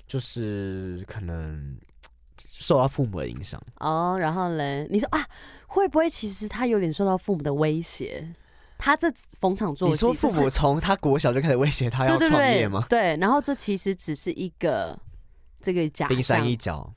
Speaker 2: 就是可能受到父母的影响。
Speaker 1: 哦然后嘞，你说啊，会不会其实他有点受到父母的威胁？他这逢场作戏，
Speaker 2: 你说父
Speaker 1: 就
Speaker 2: 母
Speaker 1: 是
Speaker 2: 从他国小就开始威胁他要
Speaker 1: 对对
Speaker 2: 创业吗
Speaker 1: 对？对，然后这其实只是一个这个假
Speaker 2: 冰山
Speaker 1: 象
Speaker 2: 一，角。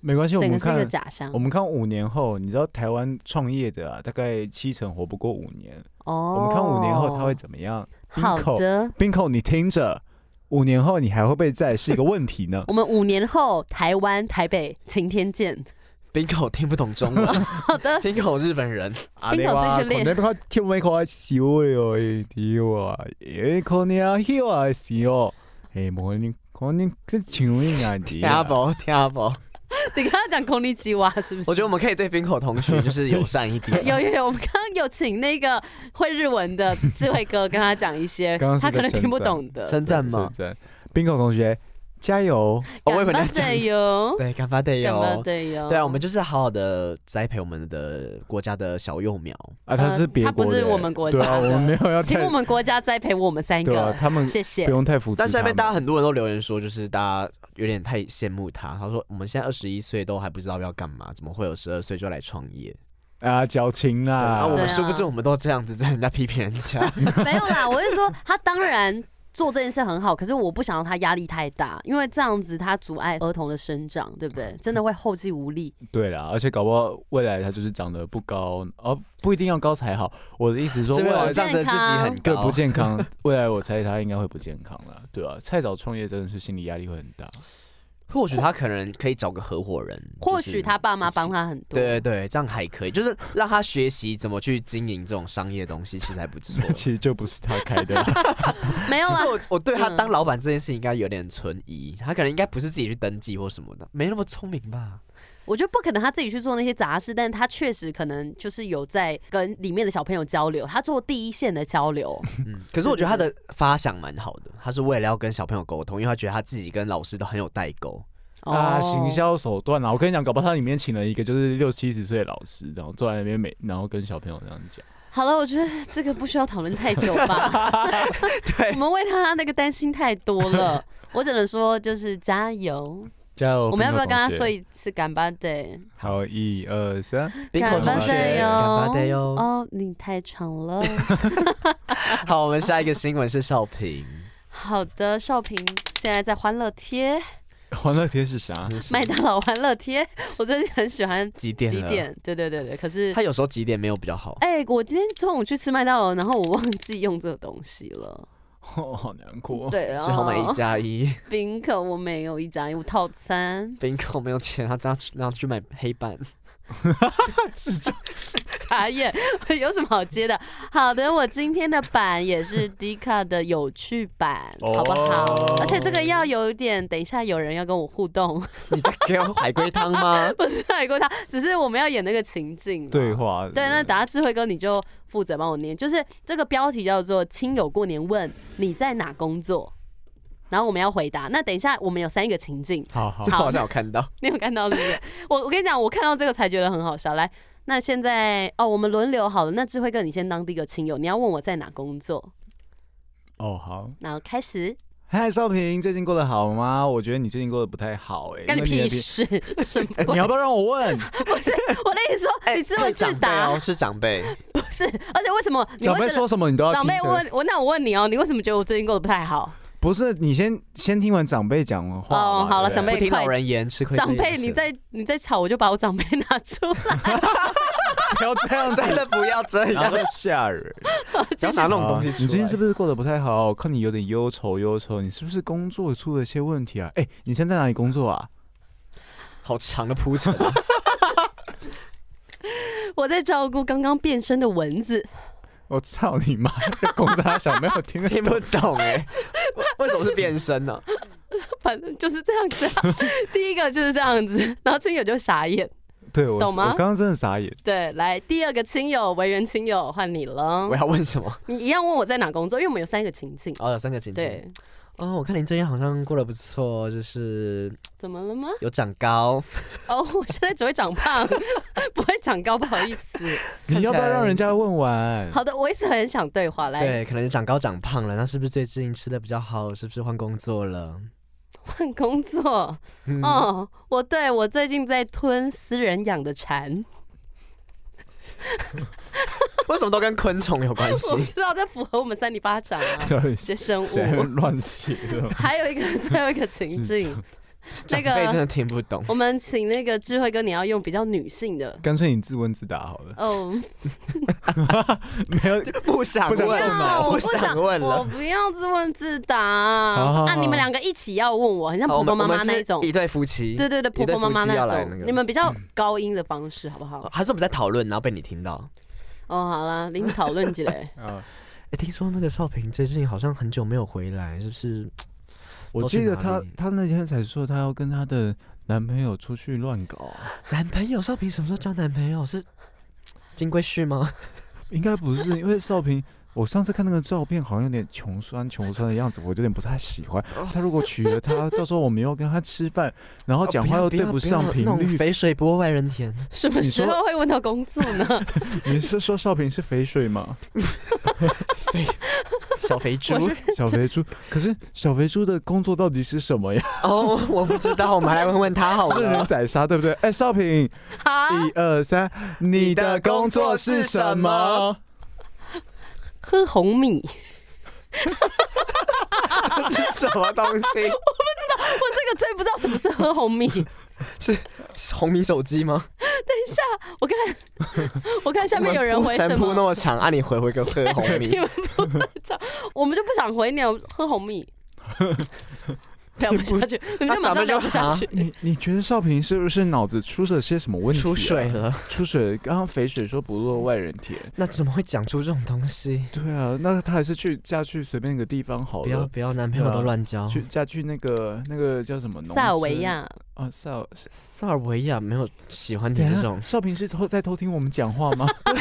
Speaker 3: 没关系，我
Speaker 1: 整
Speaker 3: 们
Speaker 1: 个是一个
Speaker 3: 看
Speaker 1: 假象
Speaker 3: 我。们看五年后，你知道台湾创业的啊，大概七成活不过五年。
Speaker 1: 哦，
Speaker 3: 我们看五年后他会怎么样
Speaker 1: 好的。
Speaker 3: ？Bingo，你听着，五年后你还会不会在是一个问题
Speaker 1: [LAUGHS]
Speaker 3: 呢
Speaker 1: 我们五年后台湾台北晴天见。
Speaker 2: Bingo 听不懂中文
Speaker 1: [LAUGHS] 好的，
Speaker 2: ，Bingo 日本人。
Speaker 3: 啊
Speaker 1: 自己去
Speaker 3: 哇
Speaker 1: 练
Speaker 3: 可能要听不到小的哦，哎对哇，哎可能要小的时候，啊哎，无你可能去唱
Speaker 1: [LAUGHS]
Speaker 3: 一眼睛
Speaker 2: 听
Speaker 3: 啊。
Speaker 2: 不听不，
Speaker 1: [LAUGHS] 你刚刚讲空力鸡蛙是不是？
Speaker 2: 我觉得我们可以对 Bingo 同学就是友善一点。
Speaker 1: [LAUGHS] 有有有，我们刚刚有请那个会日文的智慧哥跟他讲一些
Speaker 3: [LAUGHS] 刚刚是
Speaker 1: 他
Speaker 3: 个
Speaker 1: 可能听不
Speaker 3: 称赞
Speaker 1: 懂的。
Speaker 2: 称赞吗？
Speaker 3: 真，Bingo 同学加油！
Speaker 2: 哦我以为你要讲
Speaker 1: 对哟，
Speaker 2: 对，干巴得
Speaker 1: 干嘛
Speaker 2: 哟。
Speaker 1: 对哟？
Speaker 2: 对啊，我们就是好好的栽培我们的国家的小幼苗。
Speaker 3: 啊，他
Speaker 1: 呃
Speaker 3: 是别
Speaker 1: 他不
Speaker 3: 国的
Speaker 1: 是
Speaker 3: 欸
Speaker 1: 我们国
Speaker 3: 对
Speaker 1: 家
Speaker 3: 啊，我们没有要
Speaker 1: 请
Speaker 3: 太
Speaker 1: 我们国家栽培我们三
Speaker 3: 对啊，
Speaker 1: 个，
Speaker 3: 他们
Speaker 1: 谢谢
Speaker 3: 不。用太服
Speaker 2: 但
Speaker 3: 气
Speaker 2: 是那
Speaker 3: 他
Speaker 2: 边
Speaker 3: 们。
Speaker 2: 大家很多人都留言说，就是大家有点太羡慕他。他说我们现在二十一岁都还不知道要干嘛，怎么会有十二岁就来创业？
Speaker 3: 啊，矫情
Speaker 2: 对然
Speaker 3: 啦，
Speaker 2: 后我
Speaker 1: 对
Speaker 2: 们
Speaker 1: 啊
Speaker 2: 殊不知我们都这样子在人家批评人家。
Speaker 1: [LAUGHS] 没有啦，我是说他当然。做这件事很好，可是我不想让他压力太大，因为这样子他阻碍儿童的生长，对不对？真的会后继无力。
Speaker 2: 嗯
Speaker 3: 对啦，而且搞不好未来他就是长得不高，哦，不一定要高才好。我的意思是说，
Speaker 2: 这
Speaker 3: 未
Speaker 2: 边 [LAUGHS]
Speaker 3: 来
Speaker 2: 我仗着自己很
Speaker 3: 对
Speaker 2: 高，
Speaker 3: 不健康，未来我猜他应该会不健康啦，对啊，太早创业真的是心理压力会很大。
Speaker 2: 或许他可能可以找个合伙人，
Speaker 1: 或
Speaker 2: 就是
Speaker 1: 许他爸妈帮他很多，
Speaker 2: 对对对，这样还可以，就是让他学习怎么去经营这种商业东西，其实还不错。其
Speaker 3: 其实就不是他开的啦，
Speaker 1: 没有
Speaker 2: 实
Speaker 1: 啦，
Speaker 2: 我我对他
Speaker 1: 嗯
Speaker 2: 当老板这件事应该有点存疑，他可能应该不是自己去登记或什么的，没那么聪明吧？
Speaker 1: 我觉得不可能他自己去做那些杂事，但他确实可能就是有在跟里面的小朋友交流，他做第一线的交流。
Speaker 2: 嗯，可是我觉得他的发想蛮好的，他是为了要跟小朋友沟通，因为他觉得他自己跟老师都很有代沟。
Speaker 3: 啊，
Speaker 1: 哦
Speaker 3: 行销手段啦，我跟你讲，搞不好他里面请了一个就是六七十岁的老师，然后坐在那边每，然后跟小朋友这样讲，
Speaker 1: 好了，我觉得这个不需要讨论太久吧，我
Speaker 2: 对，
Speaker 1: [LAUGHS] 我们为他那个担心太多了。我只能说就是加油。
Speaker 3: 加油！
Speaker 1: 我们要不要跟他
Speaker 3: Bingo 同学
Speaker 1: 说？一次干巴对？
Speaker 3: 好，一二三， [LAUGHS]
Speaker 2: 宾口
Speaker 1: 干巴
Speaker 2: 同学，
Speaker 1: 对
Speaker 2: 干巴的
Speaker 1: 哟。
Speaker 2: 哟。
Speaker 1: 哦，你太长了。
Speaker 2: [LAUGHS] 好，我们下一个新闻是少
Speaker 1: [LAUGHS]
Speaker 2: 平，
Speaker 1: 好的，少平现在在欢乐贴，
Speaker 3: 欢乐天是 [LAUGHS] 啥？
Speaker 2: 真是
Speaker 1: 麦当劳欢乐贴，我最近很喜欢
Speaker 2: 几点
Speaker 1: 几
Speaker 2: 了？
Speaker 1: 点？对对对对，可是
Speaker 2: 他有时候几点没有比较好。
Speaker 1: 哎、我今天中午去吃麦当劳，然后我忘记用这个东西了。
Speaker 3: 哦，好难过。
Speaker 1: 对啊，
Speaker 2: 只好买一加一，
Speaker 1: 宾客，我没有一加一，我套餐。
Speaker 2: 宾口没有钱，他这样去让他去买黑板。
Speaker 1: [LAUGHS] 傻眼，有什么好接的？好的，我今天的版也是迪卡的有趣版，
Speaker 3: 哦
Speaker 1: 好不好？而且这个要有一点，等一下有人要跟我互动， [LAUGHS]
Speaker 2: 你在给我海龟汤吗？
Speaker 1: 不是海过他，只是我们要演那个情境啦
Speaker 3: 对话，
Speaker 1: 对，那打下智慧哥你就负责帮我念，就是这个标题叫做“亲友过年问你在哪工作”。然后我们要回答。那等一下我们有三个情境， [LAUGHS]
Speaker 3: 好好
Speaker 2: [LAUGHS] 这个我好像有看到，
Speaker 1: 你有看到是不是？ [LAUGHS] 我我跟你讲，我看到这个才觉得很好笑。来，那现在哦，我们轮流好了。那智慧哥，你先当第一个亲友，你要问我在哪工作，
Speaker 3: 哦好。
Speaker 1: 然后开始
Speaker 3: 嗨，少平，最近过得好吗？我觉得你最近过得不太好哎、因
Speaker 1: 干你
Speaker 3: 为你的
Speaker 1: 屁
Speaker 3: 鼻
Speaker 1: 事， [LAUGHS] 什么
Speaker 3: [LAUGHS] 你
Speaker 1: 鬼？
Speaker 3: 要不要让我问？
Speaker 1: 不是我跟你说，你自问自
Speaker 2: 长辈
Speaker 1: 答，
Speaker 2: 哦，是长辈，
Speaker 1: 不 [LAUGHS] 是。而且为什么 [LAUGHS] 你
Speaker 3: 长
Speaker 1: 会
Speaker 3: 辈
Speaker 1: 觉得
Speaker 3: 说什么你都要
Speaker 1: 长
Speaker 3: 听
Speaker 1: 辈
Speaker 3: 着。
Speaker 1: 问我？那我问你哦，你为什么觉得我最近过得不太好？
Speaker 3: 不是，你先先听完长辈讲完话
Speaker 1: 哦
Speaker 3: 嘛
Speaker 1: 好了
Speaker 3: 对
Speaker 1: 长
Speaker 3: 不对
Speaker 2: 不
Speaker 1: 辈
Speaker 2: 听
Speaker 1: 快
Speaker 2: 老人言，吃亏自己
Speaker 1: 长
Speaker 2: 人
Speaker 1: 辈，你
Speaker 2: 吃
Speaker 1: 再你再吵，我就把我长辈拿出来。
Speaker 3: 不要这样子，
Speaker 2: 真的不要这
Speaker 3: [LAUGHS] 然
Speaker 2: 样
Speaker 3: 后，吓人。
Speaker 2: 不要拿那种东西
Speaker 3: 啊
Speaker 2: 出来。
Speaker 3: 你最近是不是过得不太好？我看你有点忧愁，忧愁。你是不是工作出了一些问题啊？哎、你现在在哪里工作啊？
Speaker 2: 好长的铺陈啊？
Speaker 1: 我在照顾刚刚变身的蚊子， [LAUGHS]
Speaker 3: 我操你妈！公差小没有听
Speaker 2: [LAUGHS]
Speaker 3: 得
Speaker 2: 听
Speaker 3: 懂
Speaker 2: 不懂哎， [LAUGHS] 为什么是变身呢？
Speaker 1: 反正就是这样子、啊。第一个就是这样子， [LAUGHS] 然后亲友就傻眼。
Speaker 3: 对我
Speaker 1: 懂吗
Speaker 3: 我刚刚真的傻眼。
Speaker 1: 对，来第二个亲友，维园亲友换你了
Speaker 2: 我，要问什么？
Speaker 1: 你一样问我在哪工作，因为我们有三个情境。
Speaker 2: 哦，有三个情境。
Speaker 1: 对，
Speaker 2: 哦，我看你最近好像过得不错，就是
Speaker 1: 怎么了吗？ [LAUGHS]
Speaker 2: 有长高。
Speaker 1: 哦，我现在只会长胖， [LAUGHS] 不会长高，不好意思。
Speaker 2: 嗯
Speaker 3: 你
Speaker 2: 看
Speaker 3: 要不要
Speaker 2: 起来
Speaker 3: 让人家问完？
Speaker 1: 好的，我一直很想对话，来
Speaker 2: 对，可能长高长胖了，那是不是最近吃的比较好？是不是换工作了？
Speaker 1: 换工作。
Speaker 2: 嗯，
Speaker 1: 哦，我对我最近在吞私人养的蝉， [LAUGHS]
Speaker 2: 为什么都跟昆虫有关系
Speaker 1: 我？不知道这符合我们三里巴掌啊
Speaker 3: 到底
Speaker 1: 这
Speaker 3: 是
Speaker 1: 些生
Speaker 3: 谁还会
Speaker 1: 物。
Speaker 3: 乱写的？
Speaker 2: [LAUGHS]
Speaker 1: 还有一个， [LAUGHS] 最后一个情境，那
Speaker 2: 长辈真
Speaker 1: 个
Speaker 2: 的听不懂。
Speaker 1: 我们请那个智慧哥，你要用比较女性的。
Speaker 3: 干脆你自问自答好了。 [LAUGHS]
Speaker 1: 哦，
Speaker 3: 没有，
Speaker 2: 不想
Speaker 3: 不想
Speaker 2: 问哦了，
Speaker 3: 问了
Speaker 1: 我
Speaker 2: 不
Speaker 1: 不想哦
Speaker 2: 想问
Speaker 1: 我
Speaker 2: 了。
Speaker 1: 不要自问自答
Speaker 3: 好
Speaker 1: 啊！
Speaker 3: 好好
Speaker 1: 啊你们两个一起要问我，很像
Speaker 2: 好
Speaker 1: 婆
Speaker 2: 我
Speaker 1: 婆
Speaker 2: 们
Speaker 1: 妈
Speaker 2: 我
Speaker 1: 妈
Speaker 2: 们
Speaker 1: 那
Speaker 2: 是
Speaker 1: 一种。
Speaker 2: 一对夫妻，
Speaker 1: 对对对，婆婆妈妈
Speaker 2: 一对夫妻要来
Speaker 1: 种
Speaker 2: 那，个
Speaker 1: 你们比较高音的方式，好不嗯好
Speaker 2: 哦？还是我们在讨论，然后被你听到。
Speaker 1: 哦，好啦，您讨论起 [LAUGHS] 来。
Speaker 3: 啊，
Speaker 2: 哎，听说那个少平最近好像很久没有回来，是不是？
Speaker 3: 我
Speaker 2: 都去
Speaker 3: 记得
Speaker 2: 哪
Speaker 3: 她
Speaker 2: 里
Speaker 3: 她那天才说她要跟她的男朋友出去乱搞，
Speaker 2: 男朋友少平什么时候交男朋友？是金龟婿 [LAUGHS] 吗？
Speaker 3: 应该不是，因为少平，我上次看那个照片好像有点穷酸穷酸的样子，我有点不太喜欢。
Speaker 2: 哦
Speaker 3: 他如果娶了她，到时候我们又跟她吃饭，然后讲话又对
Speaker 2: 不
Speaker 3: 上频
Speaker 2: 要不要那种
Speaker 3: 率。
Speaker 2: 肥水不落外人田。
Speaker 1: 什么
Speaker 3: 你
Speaker 1: 时
Speaker 3: 说
Speaker 1: 候会问到工作呢？
Speaker 3: 你是说少平是肥水吗？
Speaker 2: 小肥猪
Speaker 1: 我是
Speaker 3: [LAUGHS] 小肥猪，可是小肥猪的工作到底是什么呀？
Speaker 2: [LAUGHS] 哦，我不知道，我们来问问他好
Speaker 3: 任人
Speaker 2: 了。
Speaker 3: 宰杀，对不对？哎，少平，
Speaker 1: 啊，
Speaker 3: 一二三，你的工作是什么？
Speaker 1: 喝红米，
Speaker 2: [LAUGHS] 这是什么东西？
Speaker 1: 我 [LAUGHS] 这个最不知道什么是喝红米。
Speaker 2: 是红米手机吗？
Speaker 1: 我看，我看下面有人回
Speaker 2: 我们
Speaker 1: 什
Speaker 2: 铺陈铺那
Speaker 1: 么，
Speaker 2: 么长，啊，你回回个喝 [LAUGHS] 红米
Speaker 1: 你，们不知
Speaker 2: [LAUGHS]
Speaker 1: 道，我们就不想回你了，喝红米。聊不下去，你们就马上聊不下去。
Speaker 3: 你你觉得少平是不是脑子出了些什么问题、啊
Speaker 2: 出水，了，
Speaker 3: 出水了。刚刚肥水说不落外人田。
Speaker 2: 那怎么会讲出这种东西？
Speaker 3: 对啊，那他还是去嫁去随便一个地方好
Speaker 2: 不要
Speaker 3: 了，
Speaker 2: 不要，男朋友都乱交。
Speaker 3: 去嫁去那个那个叫什么农
Speaker 1: 塞尔维
Speaker 3: 村
Speaker 1: 亚，
Speaker 3: 啊，塞尔。
Speaker 2: 塞尔维亚没有喜欢你
Speaker 3: 等一
Speaker 2: 这
Speaker 3: 下
Speaker 2: 种，
Speaker 3: 少平是偷在偷听我们讲话吗？
Speaker 1: 啊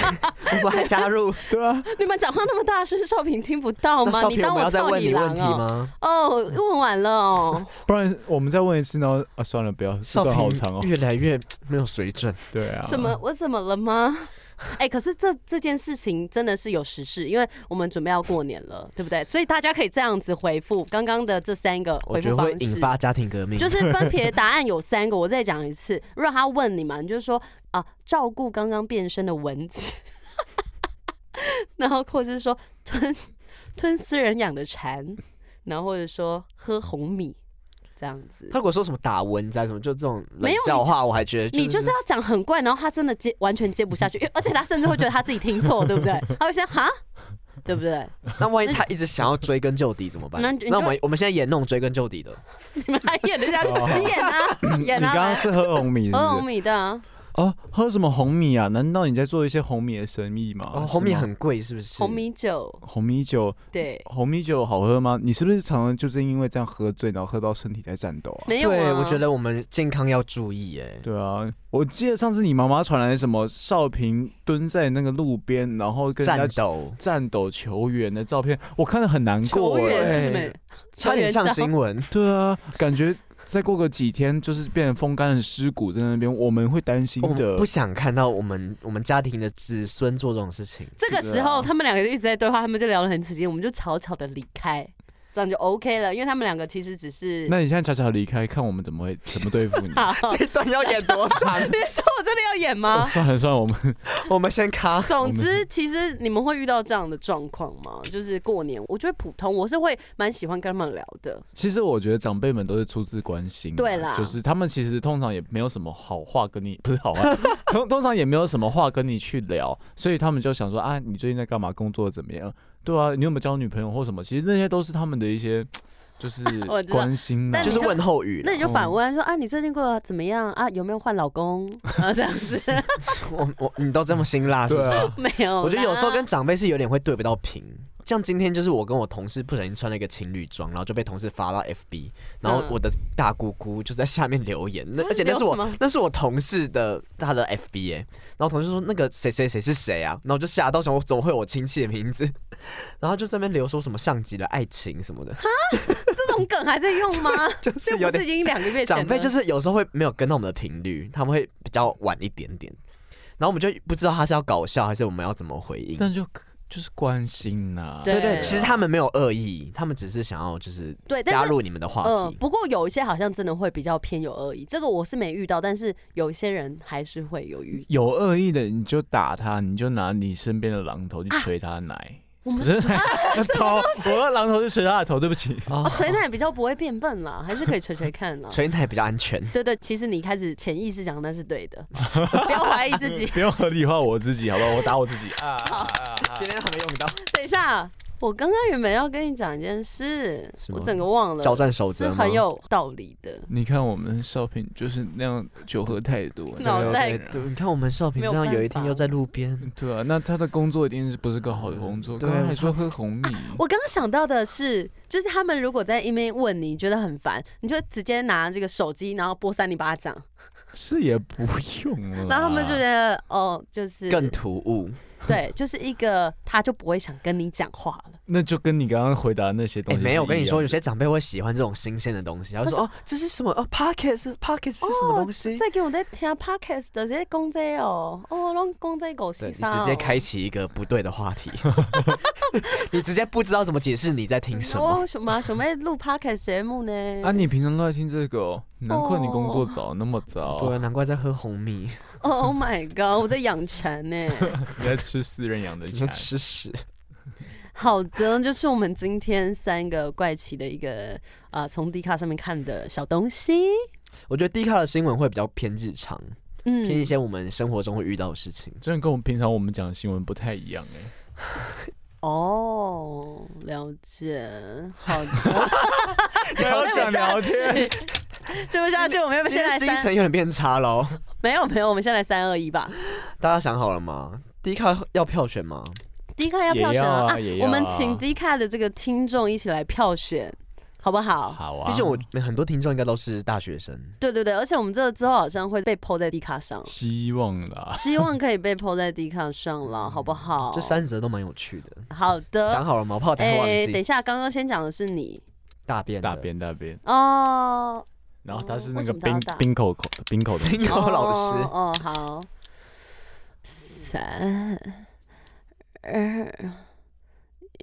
Speaker 2: 我还加
Speaker 1: [LAUGHS]
Speaker 2: 入。
Speaker 3: 对啊，
Speaker 1: 你们讲话那么大声，少平听不到
Speaker 2: 那
Speaker 1: 吗？
Speaker 2: 少
Speaker 1: 哦你
Speaker 2: 平，
Speaker 1: 当
Speaker 2: 我们要再
Speaker 1: 操
Speaker 2: 问
Speaker 1: 你
Speaker 2: 你问
Speaker 1: 狼
Speaker 2: 题
Speaker 1: 哦？
Speaker 2: 吗？
Speaker 1: 哦，问完了哦。
Speaker 3: 不然我们再问一次呢？啊，算了，不要，这
Speaker 2: 少
Speaker 3: 段好长哦
Speaker 2: 平。越来越没有水准。
Speaker 3: 对啊，
Speaker 1: 什么？我怎么了吗？
Speaker 2: [LAUGHS]
Speaker 1: 哎、可是这这件事情真的是有实事，因为我们准备要过年了，对不对？所以大家可以这样子回复刚刚的这三个
Speaker 2: 我
Speaker 1: 回
Speaker 2: 觉得
Speaker 1: 复方
Speaker 2: 会
Speaker 1: 式，
Speaker 2: 引发家庭革命。
Speaker 1: 就是分别答案有三个。我再讲一次，如果他问你嘛，你就说啊，照顾刚刚变身的蚊子， [LAUGHS] 然后或者是说吞吞私人养的蝉，然后或者说喝红米，这样子
Speaker 2: 他。如果说什么打蚊子啊什么，就这种
Speaker 1: 没
Speaker 2: 冷
Speaker 1: 有
Speaker 2: 笑话，我还觉得
Speaker 1: 你就是要讲很怪，然后他真的接完全接不下去，因为而且他甚至会觉得他自己听错，对不对？他会想哈，对不对？
Speaker 2: 那万一他一直想要追根究底怎么办
Speaker 1: 那你？就
Speaker 2: 那我们我们现在演那种追根究底的，
Speaker 1: 你们还演得下去？你演啊，
Speaker 3: 嗯你
Speaker 1: 演
Speaker 3: 刚
Speaker 1: 啊
Speaker 3: 刚，是喝红米是不是，
Speaker 1: 喝红米的啊
Speaker 3: 哦，喝什么红米啊？难道你在做一些红米的生意吗？
Speaker 2: 哦，
Speaker 3: 啊是
Speaker 2: 红米
Speaker 3: 吗
Speaker 2: 很贵是不是？
Speaker 1: 红米酒，
Speaker 3: 红米酒，
Speaker 1: 对，
Speaker 3: 红米酒好喝吗？你是不是常常就是因为这样喝醉，然后喝到身体在颤抖啊？
Speaker 1: 没有
Speaker 2: 对，
Speaker 1: 啊？
Speaker 2: 我觉得我们健康要注意哎。
Speaker 3: 对啊，我记得上次你妈妈传来什么少平蹲在那个路边，然后跟人
Speaker 2: 战
Speaker 3: 家
Speaker 2: 斗，
Speaker 3: 战斗球员的照片，我看得很难
Speaker 2: [LAUGHS]
Speaker 3: 过
Speaker 1: 球员是
Speaker 3: 哎、
Speaker 1: 什么？
Speaker 2: 差点上新
Speaker 3: [LAUGHS]
Speaker 2: 闻。
Speaker 3: 对啊，感觉再过个几天就是变成风干的尸骨在那边，我们会担心
Speaker 2: 我们
Speaker 3: 的
Speaker 2: 不。想看到我们我们家庭的子孙做这种事情。
Speaker 1: 这个时候，他们两个就一直在对话，他们就聊得很起劲，我们就悄悄的离开，这样就 OK 了。因为他们两个其实只是。
Speaker 3: 那你现在悄悄离开，看我们怎么会怎么对付你
Speaker 1: [LAUGHS] 好。
Speaker 2: [LAUGHS] 这段要演多长？
Speaker 1: 你说我真的要演
Speaker 3: 哦
Speaker 1: 吗？
Speaker 3: 算了算了，我们
Speaker 1: [LAUGHS]
Speaker 2: 我们先卡。
Speaker 1: 总之，其实你们会遇到这样的状况吗？就是过年，我觉得普通，我是会蛮喜欢跟他们聊的。
Speaker 3: 其实我觉得长辈们都是出自关心啊，
Speaker 1: 对啦
Speaker 3: 就是他们其实通常也没有什么好话跟你，不是好话， [LAUGHS] 通通常也没有什么话跟你去聊，所以他们就想说啊，你最近在干嘛？工作怎么样？对啊，你有没有交女朋友或什么？其实那些都是他们的
Speaker 1: [LAUGHS]
Speaker 3: 一些就是
Speaker 1: 我知道
Speaker 3: 关心啊、
Speaker 1: 那你
Speaker 2: 就是
Speaker 1: 就
Speaker 2: 问候语啦
Speaker 1: 那你就反问说啊，你最近过得怎么样啊？有没有换
Speaker 2: [LAUGHS]
Speaker 1: 老公？啊，这样子
Speaker 2: 我我你都这么辛辣是不
Speaker 3: 对
Speaker 2: 是？
Speaker 3: 啊，
Speaker 1: 没有啦。
Speaker 2: 我觉得有时候跟长辈是有点会对不到平。像今天就是我跟我同事不小心穿了一个情侣装，然后就被同事发到 FB，然后
Speaker 1: 嗯
Speaker 2: 我的大姑姑就在下面留言，那
Speaker 1: 啊
Speaker 2: 而且那是
Speaker 1: 留什
Speaker 2: 我
Speaker 1: 么
Speaker 2: 那是我同事的他的 FB 哎、然后同事说那个谁谁谁是谁啊，然后我就吓到想我怎么会有我亲戚的名字， [LAUGHS] 然后就在那边留说什么像极了爱情什么的，
Speaker 1: 这种梗还在用吗？
Speaker 2: [LAUGHS] 就是
Speaker 1: 这
Speaker 2: 有
Speaker 1: 不
Speaker 2: 点
Speaker 1: 是已经两个月前
Speaker 2: 长辈
Speaker 1: 了
Speaker 2: 就是有时候会没有跟到我们的频率，他们会比较晚一点点，然后我们就不知道他是要搞笑还是我们要怎么回应。
Speaker 3: 但就就是关心啊呐、
Speaker 1: 对
Speaker 2: 对对，其实他们没有恶意，他们只是想要就是
Speaker 1: 对，但
Speaker 2: 加
Speaker 1: 是
Speaker 2: 入你们的话
Speaker 1: 呃，
Speaker 2: 题。
Speaker 1: 不过有一些好像真的会比较偏有恶意，这个我是没遇到，但是有一些人还是会有遇。
Speaker 3: 有恶意的你就打他，你就拿你身边的榔头去捶他的奶，
Speaker 1: 啊我
Speaker 3: 不
Speaker 1: 们 [LAUGHS]
Speaker 3: 是奶头，我用榔头去捶他的头，对不起。
Speaker 2: 嗯
Speaker 1: 哦，捶奶比较不会变笨啦，还是可以捶捶
Speaker 2: [LAUGHS]
Speaker 1: 看啦。
Speaker 2: 锤奶比较安
Speaker 3: [LAUGHS]
Speaker 2: 全，
Speaker 1: 对对，其实你开始潜意识讲那是对的，不要怀疑自
Speaker 2: [LAUGHS]
Speaker 1: 己。
Speaker 3: [LAUGHS] 不用合理化我自己，好不好？我打我自己啊！啊啊啊
Speaker 2: 今天还没用到
Speaker 1: 等一下，啊我刚刚原本要跟你讲一件事，
Speaker 2: 什么
Speaker 1: 我整个忘了，
Speaker 2: 交战守
Speaker 1: 是
Speaker 2: 则吗
Speaker 1: 很有道理的。
Speaker 3: 你看我们少平就是那样酒喝太多，
Speaker 1: [LAUGHS] 脑袋嗯
Speaker 2: 对对，你看我们少平
Speaker 1: 没有
Speaker 2: 这样，
Speaker 1: 办
Speaker 2: 有一天
Speaker 1: 法
Speaker 2: 又在路边，
Speaker 3: 对啊，那他的工作一定是不是个好的工作？
Speaker 2: 对
Speaker 3: 刚
Speaker 2: 啊
Speaker 3: 刚还说喝红米，
Speaker 1: [LAUGHS] 我刚刚想到的是，就是他们如果在一面问你觉得很烦，你就直接拿这个手机，然后拨三零八讲，
Speaker 3: 是也不用啊了啦。
Speaker 1: 然后他们就觉得哦，就是
Speaker 2: 更突兀。
Speaker 1: [LAUGHS] 对，就是一个他就不会想跟你讲话了。
Speaker 3: 那就跟你刚刚回答的那些
Speaker 2: 哎，
Speaker 3: 东西
Speaker 2: 没有，我跟你说，有
Speaker 3: 是一
Speaker 2: 些
Speaker 3: 样的
Speaker 2: 长辈会喜欢这种新鲜的东西，然后
Speaker 1: 他
Speaker 2: 说哦，这是什么？哦，pocket 是 pocket 是什么
Speaker 1: 哦
Speaker 2: 东西？
Speaker 1: 再给 [LAUGHS] 我在听 podcast 的这些公仔哦，哦，让公仔狗
Speaker 2: 对
Speaker 1: 洗
Speaker 2: 你
Speaker 1: 沙、
Speaker 2: 直接开启一个不对的话题， [LAUGHS] 你直接不知道怎么解释你在听什么。
Speaker 1: 哦，什么什么录 podcast 节目呢？
Speaker 3: 啊，你平常都在听这个哦，难怪你工作早那么早。
Speaker 2: 对，，啊难怪在喝红米，
Speaker 1: Oh my god！我在养蚕呢。
Speaker 3: 你在吃私人养的
Speaker 2: 你在
Speaker 3: 钱。
Speaker 2: 吃屎。
Speaker 1: 好的，就是我们今天三个怪奇的一个呃，从 D 卡上面看的小东西。
Speaker 2: 我觉得 D 卡的新闻会比较偏日常，偏一
Speaker 1: 嗯，
Speaker 2: 些我们生活中会遇到的事情。
Speaker 3: 真的跟我们平常我们讲的新闻不太一样哎、
Speaker 1: 哦，了解。好的，
Speaker 3: 没有想
Speaker 1: [LAUGHS]
Speaker 3: 聊天，
Speaker 1: 天。接不下去，我们要不要
Speaker 2: 今
Speaker 1: 先来
Speaker 2: 天精
Speaker 1: 三？
Speaker 2: 神有点变差喽，
Speaker 1: 没有没有，我们先来三二一吧。
Speaker 2: 大家想好了吗？第一卡要票选吗？
Speaker 1: 迪卡要票选啊！
Speaker 3: 也要啊也要啊
Speaker 1: 我们请迪卡的这个听众一起来票选，好不好？
Speaker 3: 好啊。，
Speaker 2: 毕竟我很多听众应该都是大学生，
Speaker 1: 对对对，而且我们这个之后好像会被 PO 在迪卡上
Speaker 3: 希望啦，
Speaker 1: 希望可以被 PO 在迪卡上了，好不好？
Speaker 2: 这三则都蛮有趣的。
Speaker 1: 好的
Speaker 2: 想。好了吗？我怕我等会忘
Speaker 1: 哎、等一
Speaker 2: 记
Speaker 1: 下，刚刚先讲的是你
Speaker 2: 大便的
Speaker 3: 大。便大便。
Speaker 1: 哦，
Speaker 3: 然后他是那
Speaker 1: 为
Speaker 3: 个
Speaker 1: 什么他要
Speaker 3: 冰
Speaker 1: 打
Speaker 3: 冰口口的冰 [LAUGHS] 口的，
Speaker 2: 英国老师，
Speaker 1: 哦哦好，三二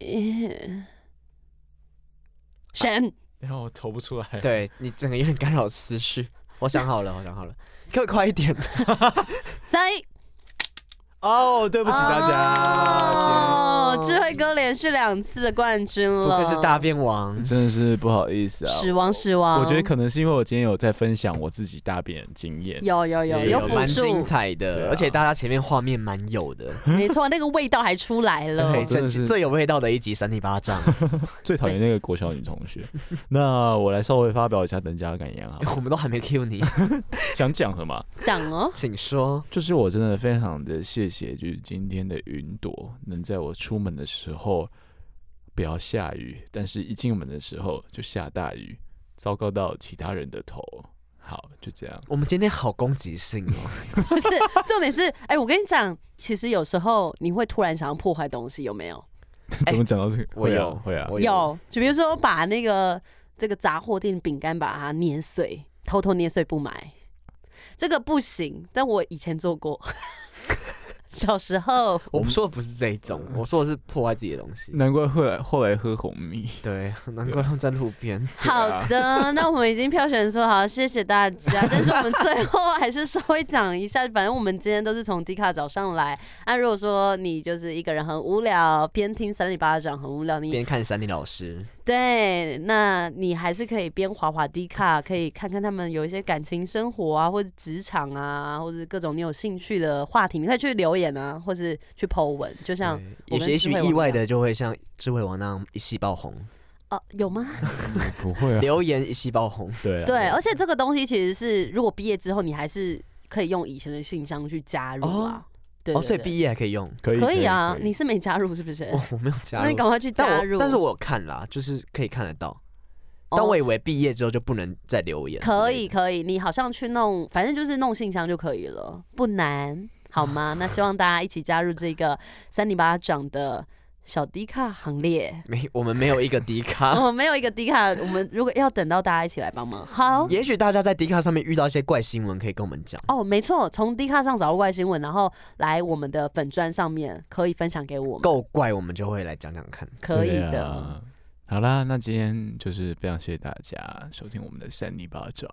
Speaker 1: 一，选
Speaker 3: 然哎后我投不出来。
Speaker 2: 对你整个有点干扰思绪。我想好了，我想好了，可以快一点。
Speaker 1: 三一。
Speaker 3: [LAUGHS] 哦，对不起大家，
Speaker 1: 哦，智慧哥连续两次的冠军
Speaker 2: 不
Speaker 1: 了，
Speaker 2: 愧是大便王，
Speaker 3: 真的是不好意思啊。
Speaker 1: 死亡死亡。
Speaker 3: 我觉得可能是因为我今天有在分享我自己大便的经验，
Speaker 1: 有有有
Speaker 2: 也
Speaker 1: 有
Speaker 2: 蛮
Speaker 1: 辅
Speaker 2: 精
Speaker 1: 助，
Speaker 2: 彩
Speaker 3: 对
Speaker 2: 的，
Speaker 3: 啊
Speaker 2: 而且大家前面画面蛮有的，
Speaker 1: 没错，那个味道还出来了。
Speaker 2: [LAUGHS] 对，
Speaker 3: 真
Speaker 2: 这
Speaker 3: 的是
Speaker 2: 最有味道的一集《三体巴掌》，
Speaker 3: 最讨厌那个国小女同
Speaker 1: [LAUGHS]
Speaker 3: 学。那我来稍微发表一下等价感言啊，
Speaker 2: 我们都还没 Q 你，
Speaker 3: 想讲什么？
Speaker 1: 讲哦， [LAUGHS]
Speaker 2: 请说。
Speaker 3: 就是我真的非常的谢谢，就是今天的云朵能在我出门的时候不要下雨，但是一进门的时候就下大雨，糟糕到其他人的头。好，就这样。
Speaker 2: 我们今天好攻击性哦。
Speaker 1: 不是重点是，哎，我跟你讲，其实有时候你会突然想要破坏东西，有没有？
Speaker 3: [LAUGHS] 怎么讲到这
Speaker 1: [LAUGHS]
Speaker 3: 个？
Speaker 2: 我
Speaker 3: 会啊
Speaker 2: 有
Speaker 3: 会啊，
Speaker 2: 我
Speaker 1: 有，就比如说把那个这个杂货店饼干把它捏碎，偷偷捏碎不买，这个不行。但我以前做过， [LAUGHS] 小时候
Speaker 2: 我不说的不是这一种，我说的是破坏自己的东西。
Speaker 3: 难怪后来后来喝红米。
Speaker 2: 对，难怪他们在路边。
Speaker 1: 好的，那我们已经票选说好，谢谢
Speaker 2: [LAUGHS]
Speaker 1: 大家。但是我们最后还是稍微讲一下，反正我们今天都是从迪卡找上来。那、如果说你就是一个人很无聊，边听三里巴掌很无聊，你
Speaker 2: 边看山林老师，
Speaker 1: 对，那你还是可以边滑滑迪卡，可以看看他们有一些感情生活啊，或者职场啊，或者各种你有兴趣的话题，你可以去留言啊，或是去 Po 文，就像
Speaker 2: 对
Speaker 1: 我
Speaker 2: 也
Speaker 1: 跟
Speaker 2: 许也
Speaker 1: 智
Speaker 2: 许
Speaker 1: 慧
Speaker 2: 意
Speaker 1: 王
Speaker 2: 外
Speaker 1: 一样
Speaker 2: 的就会像智慧王那样一夕爆红，
Speaker 1: 呃有吗？
Speaker 3: [LAUGHS] 不会啊，
Speaker 2: 留言一夕爆红。
Speaker 3: 对啊，
Speaker 1: 对，而且这个东西其实是如果毕业之后，你还是可以用以前的信箱去加入啊。对
Speaker 2: 哦，所以
Speaker 1: 对
Speaker 2: 毕业还可以用。
Speaker 3: 可以
Speaker 1: 对可以啊，
Speaker 3: 可以
Speaker 1: 你是没加入是不是？
Speaker 2: 我我没有加
Speaker 1: 那你
Speaker 2: 入，
Speaker 1: 赶快去加
Speaker 2: 但
Speaker 1: 入。
Speaker 2: 我但是我有看啦，就是可以看得到。
Speaker 1: 哦
Speaker 2: 但我以为毕业之后就不能再留言之类的。
Speaker 1: 可以可以，你好像去弄，反正就是弄信箱就可以了，不难，好吗？那希望大家一起加入这个三零八掌的小迪卡行列。
Speaker 2: 没，我们没有一个迪
Speaker 1: 我 [LAUGHS]
Speaker 2: 卡。
Speaker 1: 们没有一个迪卡，我们如果要等到大家一起来帮忙，好。
Speaker 2: 也许大家在迪卡上面遇到一些怪新闻，可以跟我们讲。
Speaker 1: 哦，没错，从 D 卡上找到外新闻，然后来我们的粉砖上面可以分享给我们，
Speaker 2: 够怪，我们就会来讲讲看。
Speaker 1: 可以
Speaker 3: 对
Speaker 1: 的。
Speaker 3: 啊好啦，那今天就是非常谢谢大家收听我们的三尼巴掌。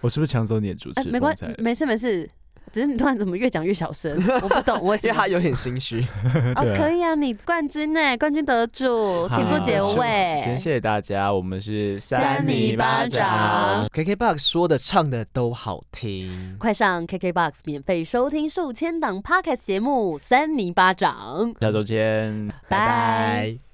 Speaker 3: 我是不是抢走你的主
Speaker 1: 哎、
Speaker 3: 持
Speaker 1: 没
Speaker 3: 风
Speaker 1: 关
Speaker 3: 采了？
Speaker 1: 没事没事，只是你突然怎么越讲越小声，我不
Speaker 3: [LAUGHS]
Speaker 1: 懂，我也
Speaker 2: 因为他
Speaker 1: 是
Speaker 2: 有点心 [LAUGHS] 虚，
Speaker 1: 哦
Speaker 3: 对，啊
Speaker 1: 可以啊，你冠军呢、冠军得主，请做
Speaker 3: 好
Speaker 1: 结尾。
Speaker 3: 今天谢谢大家，我们是
Speaker 1: 三尼巴掌。
Speaker 2: KKBOX 说的唱的都好听，
Speaker 1: 快上 KKBOX 免费收听数千档 Podcast 节目《三尼巴掌》。
Speaker 3: 下周见。
Speaker 1: 拜
Speaker 2: 拜拜。